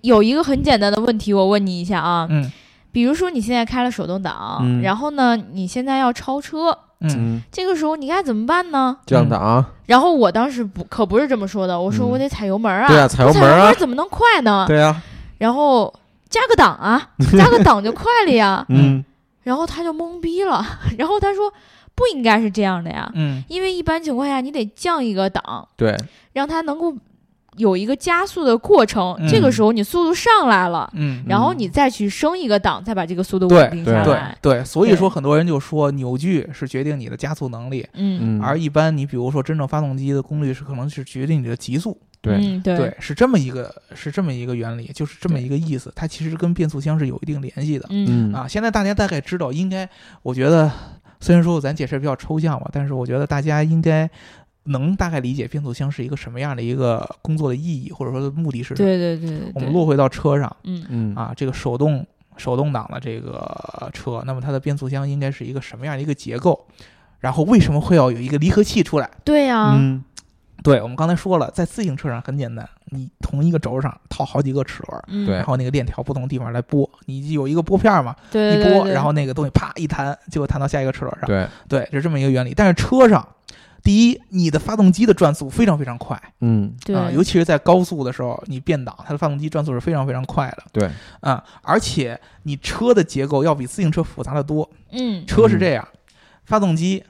S1: 有一个很简单的问题，我问你一下啊，
S2: 嗯
S1: 比如说你现在开了手动挡，
S3: 嗯
S1: 然后呢你现在要超车，
S2: 嗯
S3: 嗯，
S1: 这个时候你该怎么办呢？
S3: 降档，
S1: 然后我当时不可不是这么说的，我说
S3: 嗯
S1: 我得踩油门啊，
S3: 对啊，踩油
S1: 不
S3: 门
S1: 踩油
S3: 啊
S1: 门，怎么能快呢？
S3: 对啊，
S1: 然后加个档啊， 加个档就快了呀。
S3: 嗯
S1: 然后他就懵逼了，然后他说不应该是这样的呀，
S2: 嗯
S1: 因为一般情况下你得降一个档，
S3: 对，
S1: 让它能够有一个加速的过程，
S2: 嗯
S1: 这个时候你速度上来了，
S2: 嗯，
S1: 然后你再去升一个档，再把这个速度
S2: 对
S1: 稳定下
S2: 对
S3: 对
S1: 来。
S2: 对，所以
S1: 对
S2: 说很多人就说扭矩是决定你的加速能力，
S1: 嗯，
S3: 嗯，
S2: 而一般你比如说真正发动机的功率是可能是决定你的极速，
S3: 对
S1: 嗯对
S2: 对，是这么一个是这么一个原理，就是这么一个意思。它其实跟变速箱是有一定联系的
S1: 嗯
S2: 啊。现在大家大概知道，应该我觉得虽然说咱解释比较抽象吧，但是我觉得大家应该能大概理解变速箱是一个什么样的一个工作的意义，或者说目的是什么。
S1: 对对对对对，
S2: 我们落回到车上
S1: 嗯
S3: 嗯，
S2: 啊，这个手动手动挡的这个车，那么它的变速箱应该是一个什么样的一个结构？然后为什么会要有一个离合器出来？
S1: 对呀、
S3: 嗯
S2: 对我们刚才说了，在自行车上很简单，你同一个轴上套好几个齿轮，
S1: 嗯
S3: 对
S2: 然后那个链条不同地方来拨，你有一个拨片儿嘛，
S1: 对
S2: 一
S1: 对
S2: 拨，
S1: 对
S2: 然后那个东西啪一弹，就弹到下一个齿轮上。
S3: 对，
S2: 对，是这么一个原理。但是车上，第一，你的发动机的转速非常非常快
S3: 嗯
S1: 对、
S2: 啊，尤其是在高速的时候，你变档，它的发动机转速是非常非常快的
S3: 对，
S2: 啊、而且你车的结构要比自行车复杂的多，
S1: 嗯
S2: 车是这样，发动机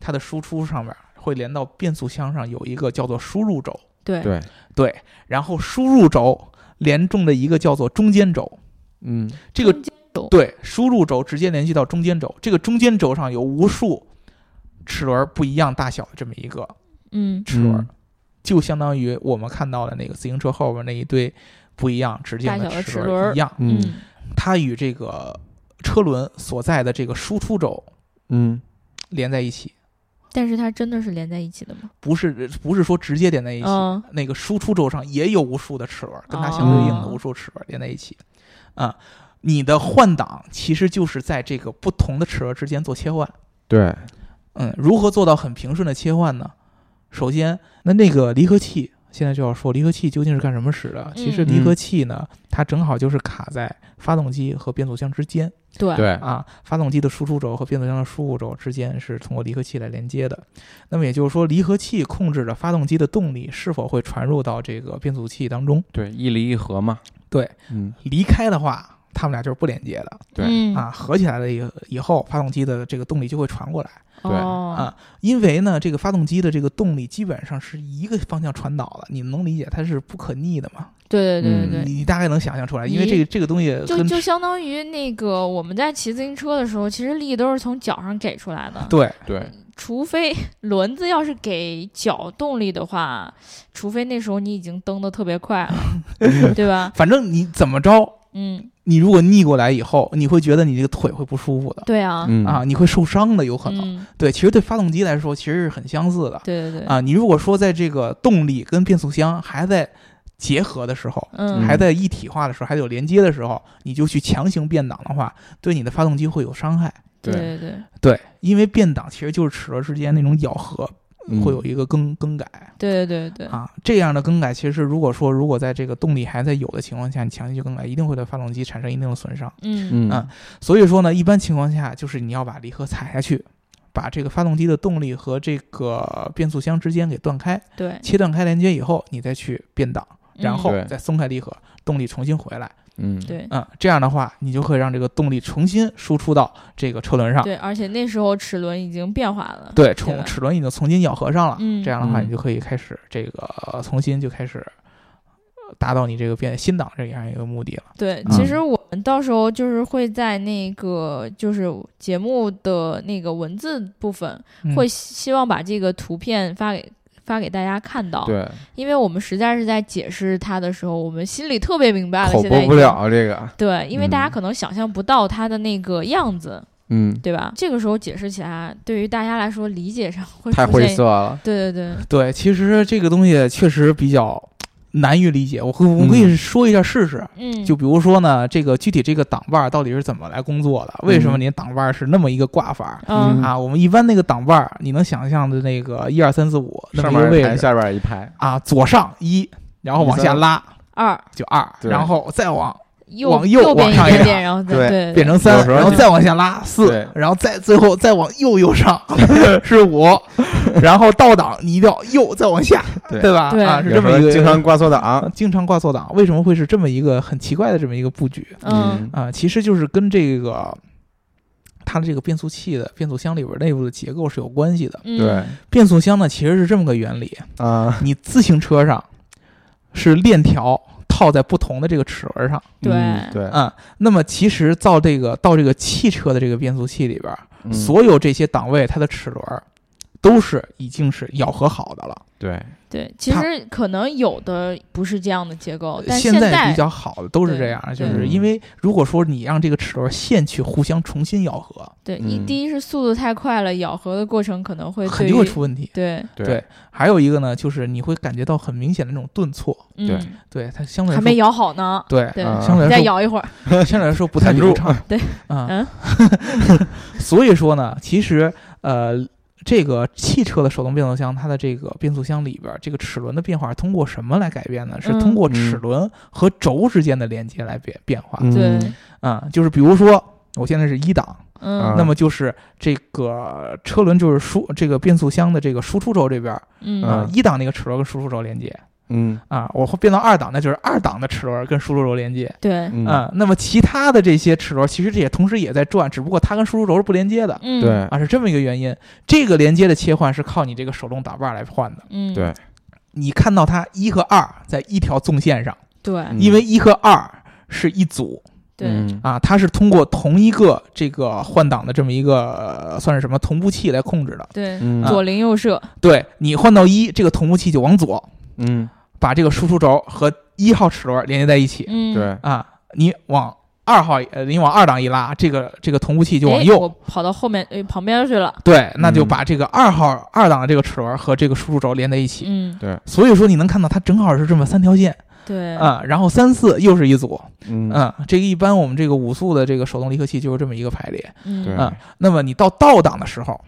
S2: 它的输出上面会连到变速箱上有一个叫做输入轴。
S1: 对
S3: 对，
S2: 对，然后输入轴连中的一个叫做中间轴，
S3: 嗯
S2: 这个
S1: 中间轴
S2: 对输入轴直接联系到中间轴，这个中间轴上有无数齿轮不一样大小的这么一个
S1: 嗯
S2: 齿轮，
S3: 嗯
S2: 就相当于我们看到的那个自行车后边那一堆不一样直径
S1: 大小的
S2: 齿
S1: 齿轮
S2: 轮一样，
S3: 嗯
S2: 它与这个车轮所在的这个输出轴
S3: 嗯
S2: 连在一起。
S1: 但是它真的是连在一起的吗？
S2: 不是不是说直接连在一起，
S1: 嗯
S2: 那个输出轴上也有无数的齿轮，跟它相对应的
S1: 哦
S2: 无数齿轮连在一起，啊、你的换挡其实就是在这个不同的齿轮之间做切换。
S3: 对，
S2: 嗯，如何做到很平顺的切换呢？首先，那那个离合器，现在就要说离合器究竟是干什么使的？其实离合器呢，它正好就是卡在发动机和变速箱之间
S1: 对
S3: 对，
S2: 啊，发动机的输出轴和变速箱的输入轴之间是通过离合器来连接的。那么也就是说，离合器控制着发动机的动力是否会传入到这个变速器当中。
S3: 对，一离一合嘛，
S2: 对，
S3: 嗯，
S2: 离开的话，它们俩就是不连接的
S3: 对
S1: 嗯、
S2: 啊。合起来了以以后，发动机的这个动力就会传过来。
S1: 对哦
S2: 啊因为呢，这个发动机的这个动力基本上是一个方向传导的，你们能理解它是不可逆的嘛？
S1: 对对对对对。
S2: 你你大概能想象出来，
S1: 你
S2: 因为这个这个东西
S1: 就
S2: 跟
S1: 就相当于那个我们在骑自行车的时候，其实力都是从脚上给出来的，
S2: 对
S3: 对，
S1: 除非轮子要是给脚动力的话，除非那时候你已经蹬得特别 快了，对吧？
S2: 反正你怎么着，
S1: 嗯，
S2: 你如果逆过来以后，你会觉得你这个腿会不舒服的、
S1: 对啊，
S3: 嗯
S2: 啊，，你会受伤的，有可能。
S1: 嗯，
S2: 对，其实对发动机来说，其实是很相似的
S1: 对对对，
S2: 啊。你如果说在这个动力跟变速箱还在结合的时候，
S1: 嗯，
S2: 还在一体化的时候，还有连接的时候，你就去强行变档的话，对你的发动机会有伤害。
S1: 对
S3: 对，
S1: 对对
S2: 对，因为变档其实就是齿轮之间那种咬合
S3: 嗯
S2: 会有一个更更改
S1: 对对对
S2: 啊，这样的更改其实如果说如果在这个动力还在有的情况下，你强行去更改，一定会对发动机产生一定的损伤。
S1: 嗯
S3: 嗯
S2: 啊所以说呢，一般情况下就是你要把离合踩下去，把这个发动机的动力和这个变速箱之间给断开，
S1: 对，
S2: 切断开连接以后，你再去变档，然
S1: 嗯
S2: 后
S3: 对
S2: 再松开离合，动力重新回来。
S3: 嗯，
S1: 对
S2: 嗯，这样的话，你就会让这个动力重新输出到这个车轮上。
S1: 对，而且那时候齿轮已经变化了，
S2: 啊对，重
S1: 吧
S2: 齿轮已经重新咬合上了，
S1: 嗯
S2: 这样的话
S3: 嗯
S2: 你就可以开始这个、呃重新就开始呃达到你这个变新档这样一个目的了。
S1: 对，
S3: 嗯
S1: 其实我们到时候就是会在那个就是节目的那个文字部分，
S2: 嗯
S1: 会希希望把这个图片发给发给大家看到，
S3: 对，
S1: 因为我们实在是在解释它的时候，我们心里特别明白了，
S3: 口
S1: 现在
S3: 播
S1: 已
S3: 不
S1: 经。
S3: 了这个，
S1: 对，因为大家
S3: 嗯
S1: 可能想象不到它的那个样子，
S3: 嗯，
S1: 对吧？这个时候解释起来，对于大家来说理解上会
S3: 太
S1: 出
S3: 晦
S1: 现
S3: 涩了，
S1: 对对对，
S2: 对，其实这个东西确实比较难于理解，我会我可以说一下试试。
S1: 嗯，
S2: 就比如说呢，这个具体这个挡把儿到底是怎么来工作的？为什么
S3: 嗯
S2: 您挡把儿是那么一个挂法儿、
S1: 嗯
S3: 嗯
S2: 啊？我们一般那个挡把儿，你能想象的那个一二三四五那
S3: 上
S2: 么一个
S3: 面一排，
S2: 位置
S3: 下边一排，
S2: 啊，左上一，然后往
S3: 一
S2: 下
S3: 三
S2: 拉
S1: 二
S2: 就二，
S3: 对
S2: 然后再往
S1: 右
S2: 往右
S1: 边
S2: 往
S1: 一
S2: 上
S1: 点
S2: 一
S1: 点，然后再
S3: 对
S1: 对
S2: 变成
S3: 有
S2: 三，
S3: 时候
S2: 然后
S3: 就
S2: 再往下拉四
S3: 对，
S2: 然后再最后再往右右 上是五，然后倒档你一定要右再往下，
S3: 对
S2: 吧？
S1: 对
S2: 啊，是
S3: 有
S2: 这
S3: 时
S2: 么
S3: 候
S2: 一个
S3: 经常挂错档，
S2: 啊经常挂错档，为什么会是这么一个很奇怪的这么一个布局
S1: 嗯
S2: 啊？其实就是跟这个。它的这个变速器的变速箱里边内部的结构是有关系的。
S1: 嗯
S3: 对
S2: 变速箱呢，其实是这么个原理：
S3: 啊，
S2: 你自行车上是链条套在不同的这个齿轮上，
S1: 对
S3: 嗯对，
S2: 嗯，那么其实到这个到这个汽车的这个变速器里边儿，
S3: 嗯
S2: 所有这些档位它的齿轮儿都是已经是咬合好的了，
S3: 对，
S1: 对，其
S2: 它
S1: 实可能有的不是这样的结构，但
S2: 呃现
S1: 在
S2: 比较好的都是这
S1: 对
S2: 样，就
S1: 对
S2: 是因为如果说你让这个齿轮线去互相重新咬合，
S1: 对一
S3: 嗯
S1: 第一是速度太快了，咬合的过程可能会
S2: 肯
S1: 对
S2: 定会
S1: 于
S2: 出问题。
S1: 对，
S3: 对
S2: 对，还有一个呢，就是你会感觉到很明显的那种顿挫，
S3: 对
S1: 嗯，
S2: 对它相对
S1: 还
S2: 来
S1: 没
S2: 说，
S1: 咬好呢，
S2: 对
S1: 对，
S3: 啊
S2: 相对
S1: 你再
S2: 来说
S1: 咬一会儿，
S2: 相对来说不太
S3: 忍
S2: 流
S3: 住
S2: 畅。
S1: 对嗯
S2: 啊， 所以说呢，其实呃，这个汽车的手动变速箱，它的这个变速箱里边儿这个齿轮的变化是通过什么来改变呢？是
S1: 嗯
S2: 通过齿
S3: 嗯
S2: 轮和轴之间的连接来变变化。
S1: 对，
S2: 啊、就是比如说我现在是一档，
S1: 嗯
S3: 啊
S2: 那么就是这个车轮就是输这个变速箱的这个输出轴这边儿
S1: 嗯
S2: 啊、
S3: 嗯
S2: 一档那个齿轮跟输出轴连接
S3: 嗯
S2: 啊、我会变到二档，那就是二档的齿轮跟输出轴连接。
S1: 对，
S3: 嗯
S2: 啊、那么其他的这些齿轮其实也同时也在转，只不过它跟输出轴是不连接的。
S1: 嗯
S3: 对
S2: 啊，是这么一个原因。这个连接的切换是靠你这个手动挡把来换的。
S1: 嗯
S3: 对
S2: 你看到它一和二在一条纵线上，
S1: 对
S3: 嗯
S2: 因为一和二是一组
S1: 对，
S3: 嗯
S2: 啊，它是通过同一个这个换挡的这么一个、呃算是什么同步器来控制的。
S1: 对，
S3: 嗯
S1: 左邻右舍，
S2: 对你换到一，这个同步器就往左，
S3: 嗯
S2: 把这个输出轴和一号齿轮连接在一起
S1: 嗯，
S3: 对
S2: 啊。你往二号，呃，你往二档一拉，这个这个同步器就往
S1: 哎
S2: 右，
S1: 我跑到后面哎旁边去了，
S2: 对，那就
S3: 嗯
S2: 把这个二号二档的这个齿轮和这个输出轴连在一起。
S1: 嗯，
S2: 所以说你能看到它正好是这么三条线
S1: 对，
S2: 啊、然后三四又是一组，
S3: 嗯
S2: 嗯，这个一般我们这个五速的这个手动离合器就是这么一个排列。
S1: 嗯
S3: 对
S2: 嗯，那么你到倒档的时候，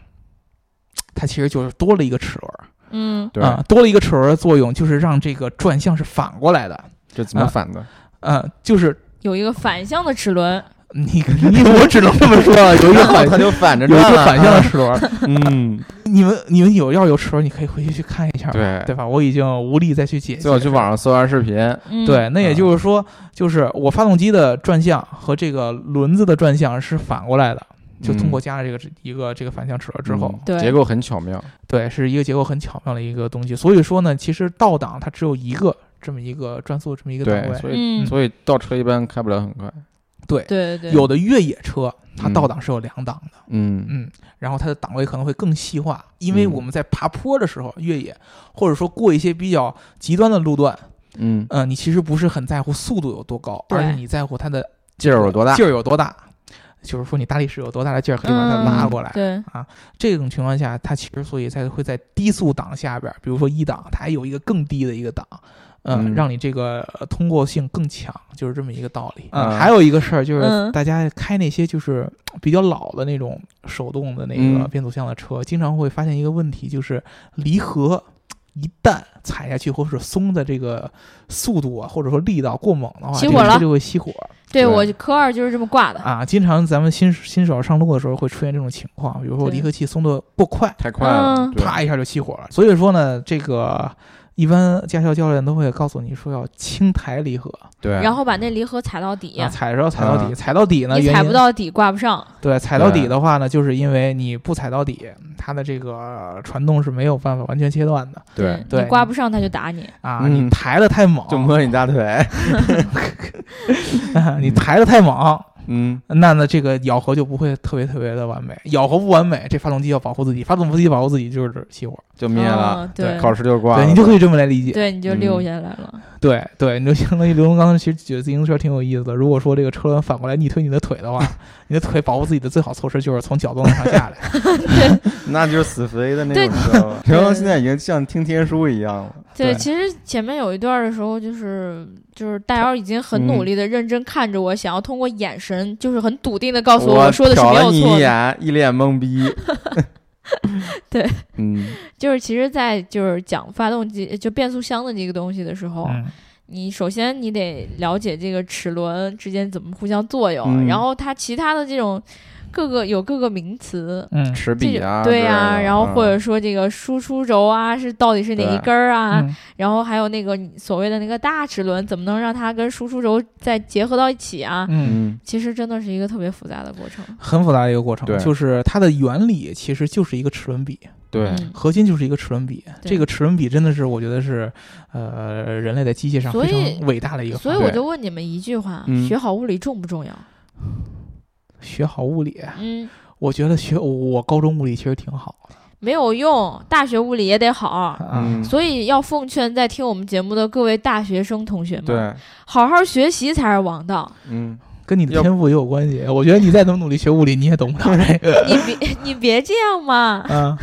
S2: 它其实就是多了一个齿轮
S1: 嗯
S3: 对，
S2: 啊、多了一个齿轮的作用就是让这个转向是反过来的，
S3: 这怎么
S2: 啊
S3: 反的？
S2: 嗯、就是
S1: 有一个反向的齿轮，
S2: 你你我只 能这么说了，有一个反
S3: 它就反着
S2: 有一
S3: 转
S2: 个
S3: 了
S2: 反向的
S3: 啊
S2: 齿轮，
S3: 嗯，
S2: 你们你们有要有齿轮，你可以回去去看一下，
S3: 对
S2: 对吧？我已经无力再去解释。
S3: 最好去网上搜下视频。
S1: 嗯
S2: 对，那也
S3: 嗯
S2: 就是说，就是我发动机的转向和这个轮子的转向是反过来的，就通过加了这个一个这个反向齿轮之后，
S3: 嗯
S1: 对
S3: 结构很巧妙。
S2: 对，是一个结构很巧妙的一个东西。所以说呢，其实倒档它只有一个这么一个转速这么一个
S3: 对
S2: 档位，
S3: 所以
S1: 嗯，
S3: 所以倒车一般开不了很快。
S2: 对。
S1: 对对，
S2: 有的越野车，它
S3: 嗯
S2: 倒档是有两档的，
S3: 嗯
S2: 嗯，然后它的档位可能会更细化，因为
S3: 嗯
S2: 我们在爬坡的时候，越野或者说过一些比较极端的路段，
S3: 嗯，
S2: 嗯、你其实不是很在乎速度有多高，而是
S1: 对
S2: 你在乎它的
S3: 劲儿有多大？
S2: 劲儿有多大，就是说你大力士有多大的劲儿可以把它
S1: 嗯
S2: 拉过来。
S1: 对，
S2: 这种情况下，它其实所以才会在低速档下边儿，比如说一档，它还有一个更低的一个档。嗯，
S3: 嗯
S2: 让你这个呃通过性更强，就是这么一个道理。
S3: 嗯
S2: 还有一个事儿就是，
S1: 嗯
S2: 大家开那些就是呃比较老的那种手动的那个
S3: 嗯
S2: 变速箱的车，经常会发现一个问题，就是离合呃一旦踩下去或者是松的这个速度啊，或者说力道过猛的话，
S1: 熄
S2: 这个
S1: 火
S2: 车
S1: 了
S2: 就会熄火。
S1: 对
S3: 对
S1: 我科二就是这么挂的，
S2: 啊，经常咱们新手新手上路的时候会出现这种情况，比如说
S1: 对
S2: 离合器松的过快，
S3: 太快了
S1: 嗯，
S3: 对
S2: 啪一下就熄火了。所以说呢，这个一般驾校教练都会告诉你说要轻抬离合，
S3: 对，
S1: 然后把那离合踩到底
S2: 啊，，踩着踩到底，
S3: 啊
S2: 踩到底呢，
S1: 你
S2: 原
S1: 踩
S2: 因
S1: 不到底挂不上，
S2: 对，踩到底
S3: 对
S2: 的话呢，就是因为你不踩到底，它的这个传动是没有办法完全切断的
S3: 对，
S1: 你
S2: 对
S1: 挂不上他就打你，
S2: 啊，
S3: 嗯
S2: 你抬的太猛，
S3: 就摸你大腿。
S2: 你抬的太猛。
S3: 嗯，
S2: 那呢，这个咬合就不会特别特别的完美，咬合不完美，这发动机要保护自己，发动机保护自己就是熄火。
S3: 就灭了
S1: 哦，对
S3: 考试就挂
S2: 嗯
S3: 了。
S2: 对你就可以这么来理解。
S1: 对，你就溜
S3: 嗯
S1: 下来了，
S2: 对对，你就相当于刘龙刚才其实觉得自行车挺有意思的。如果说这个车轮反过来逆推你的 腿的话，你的腿保护自己的最好措施就是从脚蹬子上下来。
S3: 那就是死飞的那
S1: 对
S3: 种车 了。
S1: 对
S3: 然后现在已经像听天书一样了。
S1: 对，
S2: 对
S1: 其实前面有一段的时候，就是就是大姚已经很努
S3: 嗯
S1: 力的认真看着我，想要通过眼神，就是很笃定的告诉我，
S3: 我
S1: 我说的是没有
S3: 瞟了你
S1: 错
S3: 一
S1: 的。。
S3: 眼，一脸懵逼
S1: 对，
S3: 嗯，
S1: 就是其实，在就是讲发动机就变速箱的这个东西的时候，
S2: 嗯，
S1: 你首先你得了解这个齿轮之间怎么互相作用，
S3: 嗯
S1: 然后它其他的这种各个有各个名词。
S2: 嗯
S1: 这
S3: 齿比
S1: 个
S3: 啊，
S1: 对
S3: 呀、
S1: 呀，然后或者说这个输出轴啊，是到底是哪一
S3: 对
S1: 根儿啊？
S2: 嗯
S1: 然后还有那个你所谓的那个大齿轮，怎么能让它跟输出轴再结合到一起啊？
S2: 嗯，
S3: 嗯，
S1: 其实真的是一个特别复杂的过程。
S2: 很复杂的一个过程，
S3: 对
S2: 就是它的原理其实就是一个齿轮比，
S3: 对，
S1: 嗯
S2: 核心就是一个齿轮比。
S1: 对
S2: 这个齿轮比真的是我觉得是，呃，人类在机械上
S1: 所
S2: 非
S1: 以
S2: 常伟大的一个
S1: 所
S2: 发
S1: 以
S2: 明。
S1: 我就问你们一句话：
S3: 嗯
S1: 学好物理重不重要？
S2: 学好物理，
S1: 嗯，
S2: 我觉得学我高中物理其实挺好的。
S1: 没有用，大学物理也得
S3: 嗯
S1: 好。
S2: 啊，
S1: 所以要奉劝在听我们节目的各位大学生同学们，
S3: 对，
S1: 好好学习才是王 道。
S3: 嗯，
S2: 跟你的
S3: 要
S2: 天赋也有关系。我觉得你再怎么努力学物理，你也懂不了 这个。
S1: 你别你别这样嘛，
S2: 啊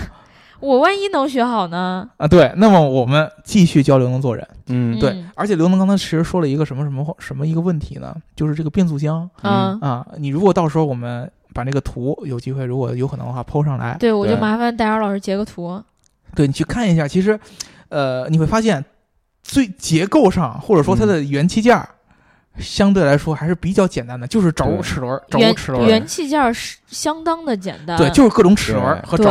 S1: 我万一能学好呢？
S2: 啊，对。那么我们继续教刘能做人。
S3: 嗯，
S2: 对
S1: 嗯，
S2: 而且刘能刚才其实说了一个什么什么什么一个问题呢？就是这个变速箱
S1: 嗯，
S2: 啊，你如果到时候我们把那个图有机会，如果有可能的话抛上来，
S1: 对，我就
S3: 对
S1: 麻烦戴尔老师截个图。
S2: 对你去看一下，其实，呃，你会发现，最结构上或者说它的
S3: 嗯
S2: 元器件儿，相对来说还是比较简单的，就是轴
S3: 对
S2: 齿轮儿、轴
S1: 元
S2: 齿轮儿，
S1: 元器件儿是相当的简单，
S2: 对，就是各种齿轮儿和轴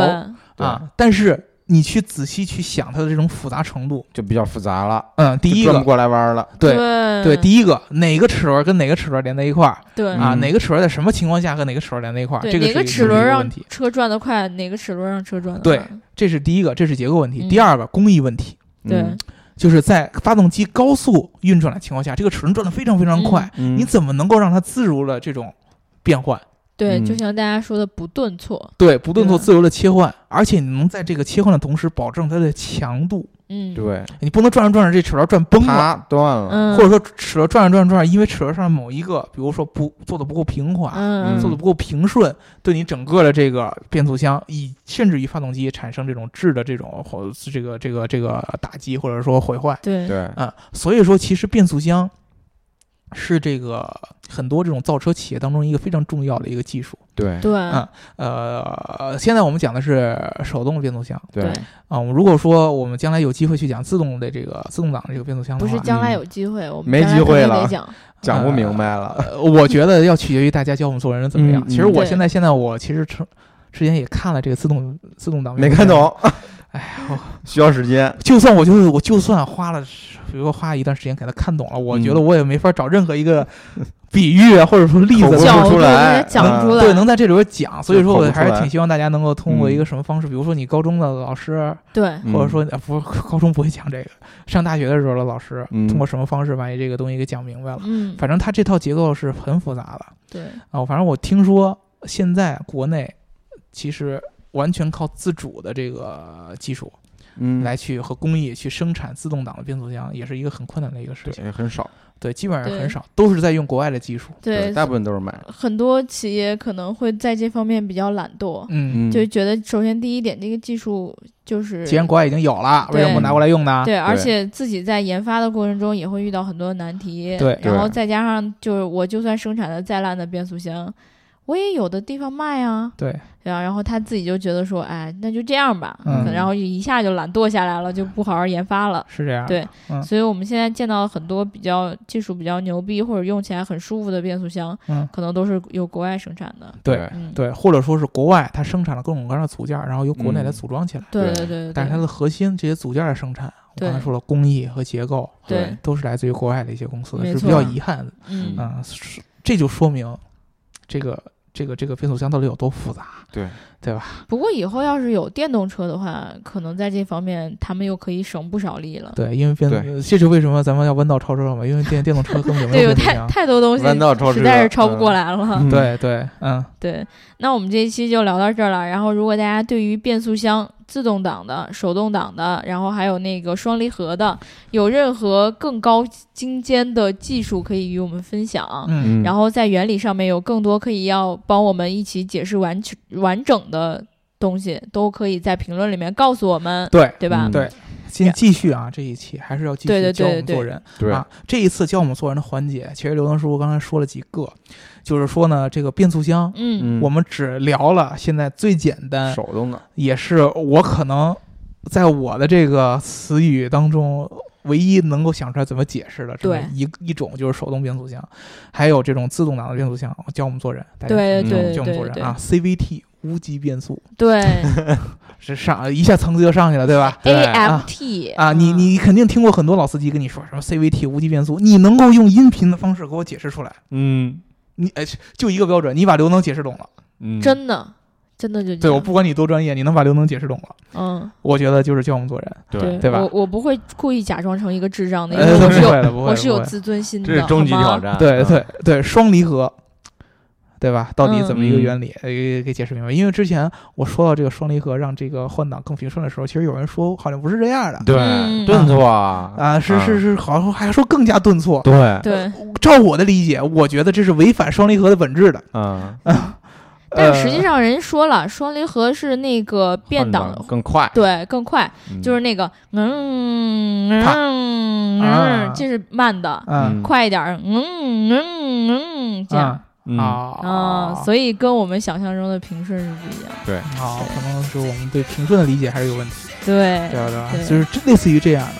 S1: 对
S2: 啊。但是你去仔细去想它的这种复杂程度，
S3: 就比较复杂了，
S2: 嗯，第
S3: 就
S2: 一
S3: 转不
S2: 个，
S3: 过来弯儿了，
S2: 对对，
S1: 对
S2: 第一个哪个齿轮儿跟哪个齿轮儿连在一块儿
S1: 对
S2: 啊？
S3: 嗯
S2: 哪个齿轮儿在什么情况下和哪个齿轮儿连在一块儿？
S1: 对
S2: 这个
S1: 哪个
S2: 是
S1: 齿轮
S2: 一个
S1: 让
S2: 问题，
S1: 车转得快，哪个齿轮让车转得
S2: 对
S1: 慢
S2: 这是第一个，这是结构问题。
S1: 嗯
S2: 第二个工艺问题，嗯
S3: 嗯
S1: 对，
S2: 就是在发动机高速运转的情况下，这个齿轮转得非常非常快，
S3: 嗯，
S2: 你怎么能够让它自如的这种变换？
S1: 对，
S3: 嗯
S1: 就像大家说的不顿挫，
S2: 对，不断做
S1: 对
S2: 自由的切换，而且你能在这个切换的同时保证它的强度，
S1: 嗯，
S3: 对，
S2: 你不能转着转着这齿轮转崩了。
S3: 啪断了，
S1: 嗯，
S2: 或者说齿轮转着转着转着，因为齿轮上某一个，比如说不做的不够平滑，
S1: 嗯
S2: 做的不够平顺，对你整个的这个变速箱，以甚至于发动机产生这种质的这种或这个这个这个打击或者说毁坏，
S1: 对
S3: 对，
S2: 啊，所以说其实变速箱是这个很多这种造车企业当中一个非常重要的一个技术。
S3: 对，
S1: 对
S2: 嗯呃，现在我们讲的是手动的变速箱
S1: 对，
S2: 啊，我们如果说我们将来有机会去讲自动的这个自动挡的这个变速箱的
S1: 不是
S2: 话，
S1: 将来
S3: 嗯
S1: 有机会，我们
S3: 没
S1: 将来
S3: 机
S1: 肯
S3: 会
S1: 定得
S3: 了
S1: 讲，
S3: 讲
S1: 嗯
S3: 不明白了，
S2: 呃，我觉得要取决于大家教我们做人怎么样。
S3: 嗯
S2: 其实我
S1: 对
S2: 现在现在我其实之之前也看了这个自动自动
S1: 嗯
S2: 挡，
S3: 没看懂，
S2: 哎我
S3: 需要时间，
S2: 就算我就是我就算花了，比如说花一段时间给他看懂了，我
S3: 嗯
S2: 觉得我也没法找任何一个呃比喻啊，或者说例
S3: 口
S2: 子
S3: 播
S2: 或
S1: 角
S2: 者
S1: 度
S3: 出
S1: 给
S3: 来，
S1: 它讲
S3: 嗯
S1: 出来
S2: 对，能在这里边讲，所以说
S3: 口
S2: 我
S3: 不出
S2: 还是
S3: 来
S2: 挺希望大家能够通过
S3: 嗯
S2: 一个什么方式，比如说你高中的老师，
S1: 对，
S2: 或者说呃不是高中不会讲这个，上大学的时候的老师，
S3: 嗯
S2: 通过什么方式把你这个东西给讲明白了。
S1: 嗯，
S2: 反正它这套结构是很复杂的
S1: 对，
S2: 啊，反正我听说现在国内其实完全靠自主的这个技术
S3: 嗯，
S2: 来去和工艺去生产自动挡的变速箱，也是一个很困难的一个事情。
S3: 对，很少，
S2: 对，基本上
S1: 对
S2: 很少，都是在用国外的技术。
S1: 对，
S3: 大部分都是买，
S1: 很多企业可能会在这方面比较懒惰，
S2: 嗯，
S3: 嗯，
S1: 就觉得首先第一点，这个技术就是
S2: 既然国外已经有了，
S1: 对
S2: 为什么不拿过来用呢？
S1: 对，而
S3: 对
S1: 且自己在研发的过程中也会遇到很多难题，
S2: 对
S1: 然后
S3: 对
S1: 再加上就是我就算生产的再烂的变速箱，我也有的地方卖啊，
S2: 对
S1: 对啊，然后他自己就觉得说，哎，那就这样吧，
S2: 嗯
S1: 然后一下就懒惰下来了，就不好好研发了。
S2: 是这样。
S1: 对，
S2: 嗯
S1: 所以我们现在见到很多比较技术比较牛逼或者用起来很舒服的变速箱，
S2: 嗯
S1: 可能都是由国外生产的。
S2: 对
S1: 嗯，
S2: 对，或者说是国外它生产了各种各样的组件，然后由国内
S3: 嗯
S2: 来组装起来。
S1: 对对
S3: 对
S1: 对
S2: 但是它
S1: 对
S2: 的核心这些组件的生产，我
S1: 对
S2: 刚才说了，工艺和结构
S1: 对，
S2: 都是来自于国外的一些公司，
S1: 没
S2: 是比
S1: 错
S2: 较遗憾的。
S1: 嗯，
S2: 嗯，是这就说明这个这个这个变速箱到底有多复杂。
S3: 对，
S1: 不过以后要是有电动车的话，可能在这方面他们又可以省不少力了。
S2: 对，因为变
S3: 对
S2: 这就为什么咱们要弯道超车嘛，因为电电动车根本就没
S1: 对，有
S2: 有变啊速
S1: 太
S2: 箱。
S1: 太多东西
S3: 弯道超
S1: 实
S3: 车
S1: 在是超不
S3: 嗯
S1: 过来了。
S3: 嗯
S2: 对对，嗯，
S1: 对，那我们这一期就聊到这儿了。然后，如果大家对于变速箱、自动挡的、手动挡的，然后还有那个双离合的，有任何更高精尖的技术可以与我们分享，
S2: 嗯，
S1: 然后在原理上面有更多可以要帮我们一起解释完全完整的东西，都可以在评论里面告诉我们，
S2: 对，
S1: 对吧？
S3: 嗯
S2: 对，先继续啊，这一期还是要继
S1: 对对
S2: 续教我
S1: 对
S2: 们
S1: 对
S2: 做人
S3: 对，
S2: 啊。这一次教我们做人的环节，其实刘能叔叔刚才说了几个，就是说呢，这个变速箱，
S1: 嗯，
S3: 嗯
S2: 我们只聊了现在最简单，
S3: 手动的，
S2: 也是我可能在我的这个词语当中。唯一能够想出来怎么解释的，这么
S1: 对
S2: 一一种就是手动变速箱，还有这种自动挡的变速箱，教我们做人，大家
S1: 对
S3: 嗯
S1: 对
S2: 教我们做
S1: 对对
S2: 人啊，CVT 无级变速，
S1: 对
S2: 是上一下层次就上去了，对 吧？
S1: ，AFT
S2: 啊，你
S1: 嗯
S2: 你肯定听过很多老司机跟你说什么 CVT 无级变速，你能够用音频的方式给我解释出来，
S3: 嗯
S2: 你哎就一个标准，你把刘能解释懂了，
S3: 嗯，
S1: 真的真的就这
S2: 对我
S1: 样
S2: 不管你多专业，你能把刘能解释懂了，
S1: 嗯。
S2: 我觉得就是教我们做人，
S3: 对，
S2: 对吧
S1: 我我不会故意假装成一个智障 的，因
S2: 呃
S1: 为我
S2: 不
S1: 是有
S2: 会的，不会，
S1: 我是
S2: 不
S1: 有
S2: 会
S3: 啊
S1: 自尊心的，
S3: 这是终极
S1: 好吗
S3: 挑。战，
S2: 对
S3: 嗯
S2: 对对，双离合对吧？到底怎么一个
S3: 嗯
S2: 原理？呃给给解释明白。因为之前我说到这个双离合让这个换挡更平顺的时候，其实有人说好像不是这样的，
S3: 对
S1: 嗯
S3: 顿挫啊
S2: 啊，是是是，好像还说更加顿挫。
S3: 对，
S2: 呃
S1: 对，
S2: 照我的理解，我觉得这是违反双离合的本质的。
S3: 嗯，
S1: 但是实际
S2: 呃
S1: 上人家说了，双离合是那个变档
S3: 换，更快，
S1: 对，更快，
S3: 嗯
S1: 就是那个嗯
S2: 啪
S1: 嗯
S2: 啊
S1: 嗯，这是慢的，
S2: 嗯
S3: 嗯
S1: 快一点儿，嗯嗯嗯，这样。
S3: 嗯
S2: 啊
S1: 啊，所以跟我们想象中的平顺是不一样。
S2: 以啊，可能是我们对平顺的理解还是有问题。
S1: 对
S2: 对，啊，对啊
S1: 对，
S2: 就是这类似于这样的，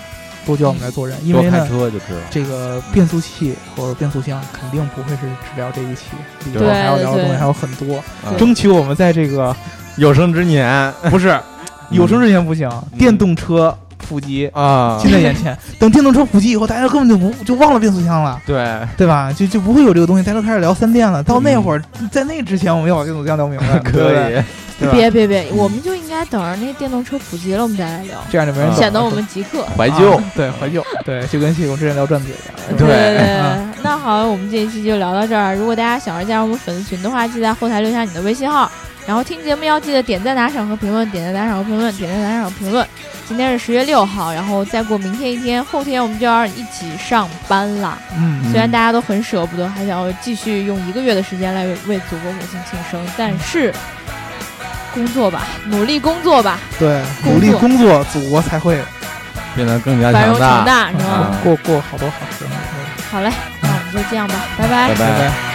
S2: 多教我们来做人，因
S3: 多
S2: 为
S3: 开
S2: 呢，
S3: 车就知道，
S2: 这个变速器或者变速箱肯定不会是只聊这一期，里头
S1: 对
S2: 还要聊的
S1: 对
S2: 东西还有很多，
S3: 嗯
S2: 争取我们在这个
S3: 有生之年
S2: 不是有生之年不行，电动车普及。
S3: 啊，
S2: 近在眼前，等电动车普及以后，大家根本就不就忘了变速箱了，
S3: 对，
S2: 对吧？就就不会有这个东西，大家都开始聊三电了。到那会儿，在那之前，我们要把变速箱聊明白，对不
S3: 可
S2: 对，
S3: 以，
S2: 对吧？
S1: 别别别，我们就应该等着那电动车普及了，我们再来聊，
S2: 这样就没人
S3: 啊
S2: 懂
S1: 显得
S2: 了
S1: 我们极客。
S3: 怀
S2: 啊
S3: 旧，
S2: 对怀旧，对，就跟系统之前聊转嘴一 样，
S1: 对啊对
S2: 嗯
S1: 对，那好，我们这一期就聊到这儿。如果大家想要加入我们粉丝群的话，记得在后台留下你的微信号。然后听节目要记得点赞、打赏和评论，点赞、打赏和评论，点赞、打赏和评论。今天是十月六号，然后再过明天一天，后天我们就要一起上班啦。
S2: 嗯，
S1: 虽然大家都很舍不得，还想要继续用一个月的时间来为为祖国母亲庆生，但是工作吧，努力工作吧，
S2: 对，
S1: 工
S2: 努力
S1: 作
S2: 工作，祖国才会
S3: 变得更加
S1: 繁荣
S3: 强
S1: 强大，是吧？嗯
S3: 啊
S2: 过过过好多好生活。
S1: 好嘞，那我们就这样吧，拜拜
S3: 拜。
S2: 拜拜。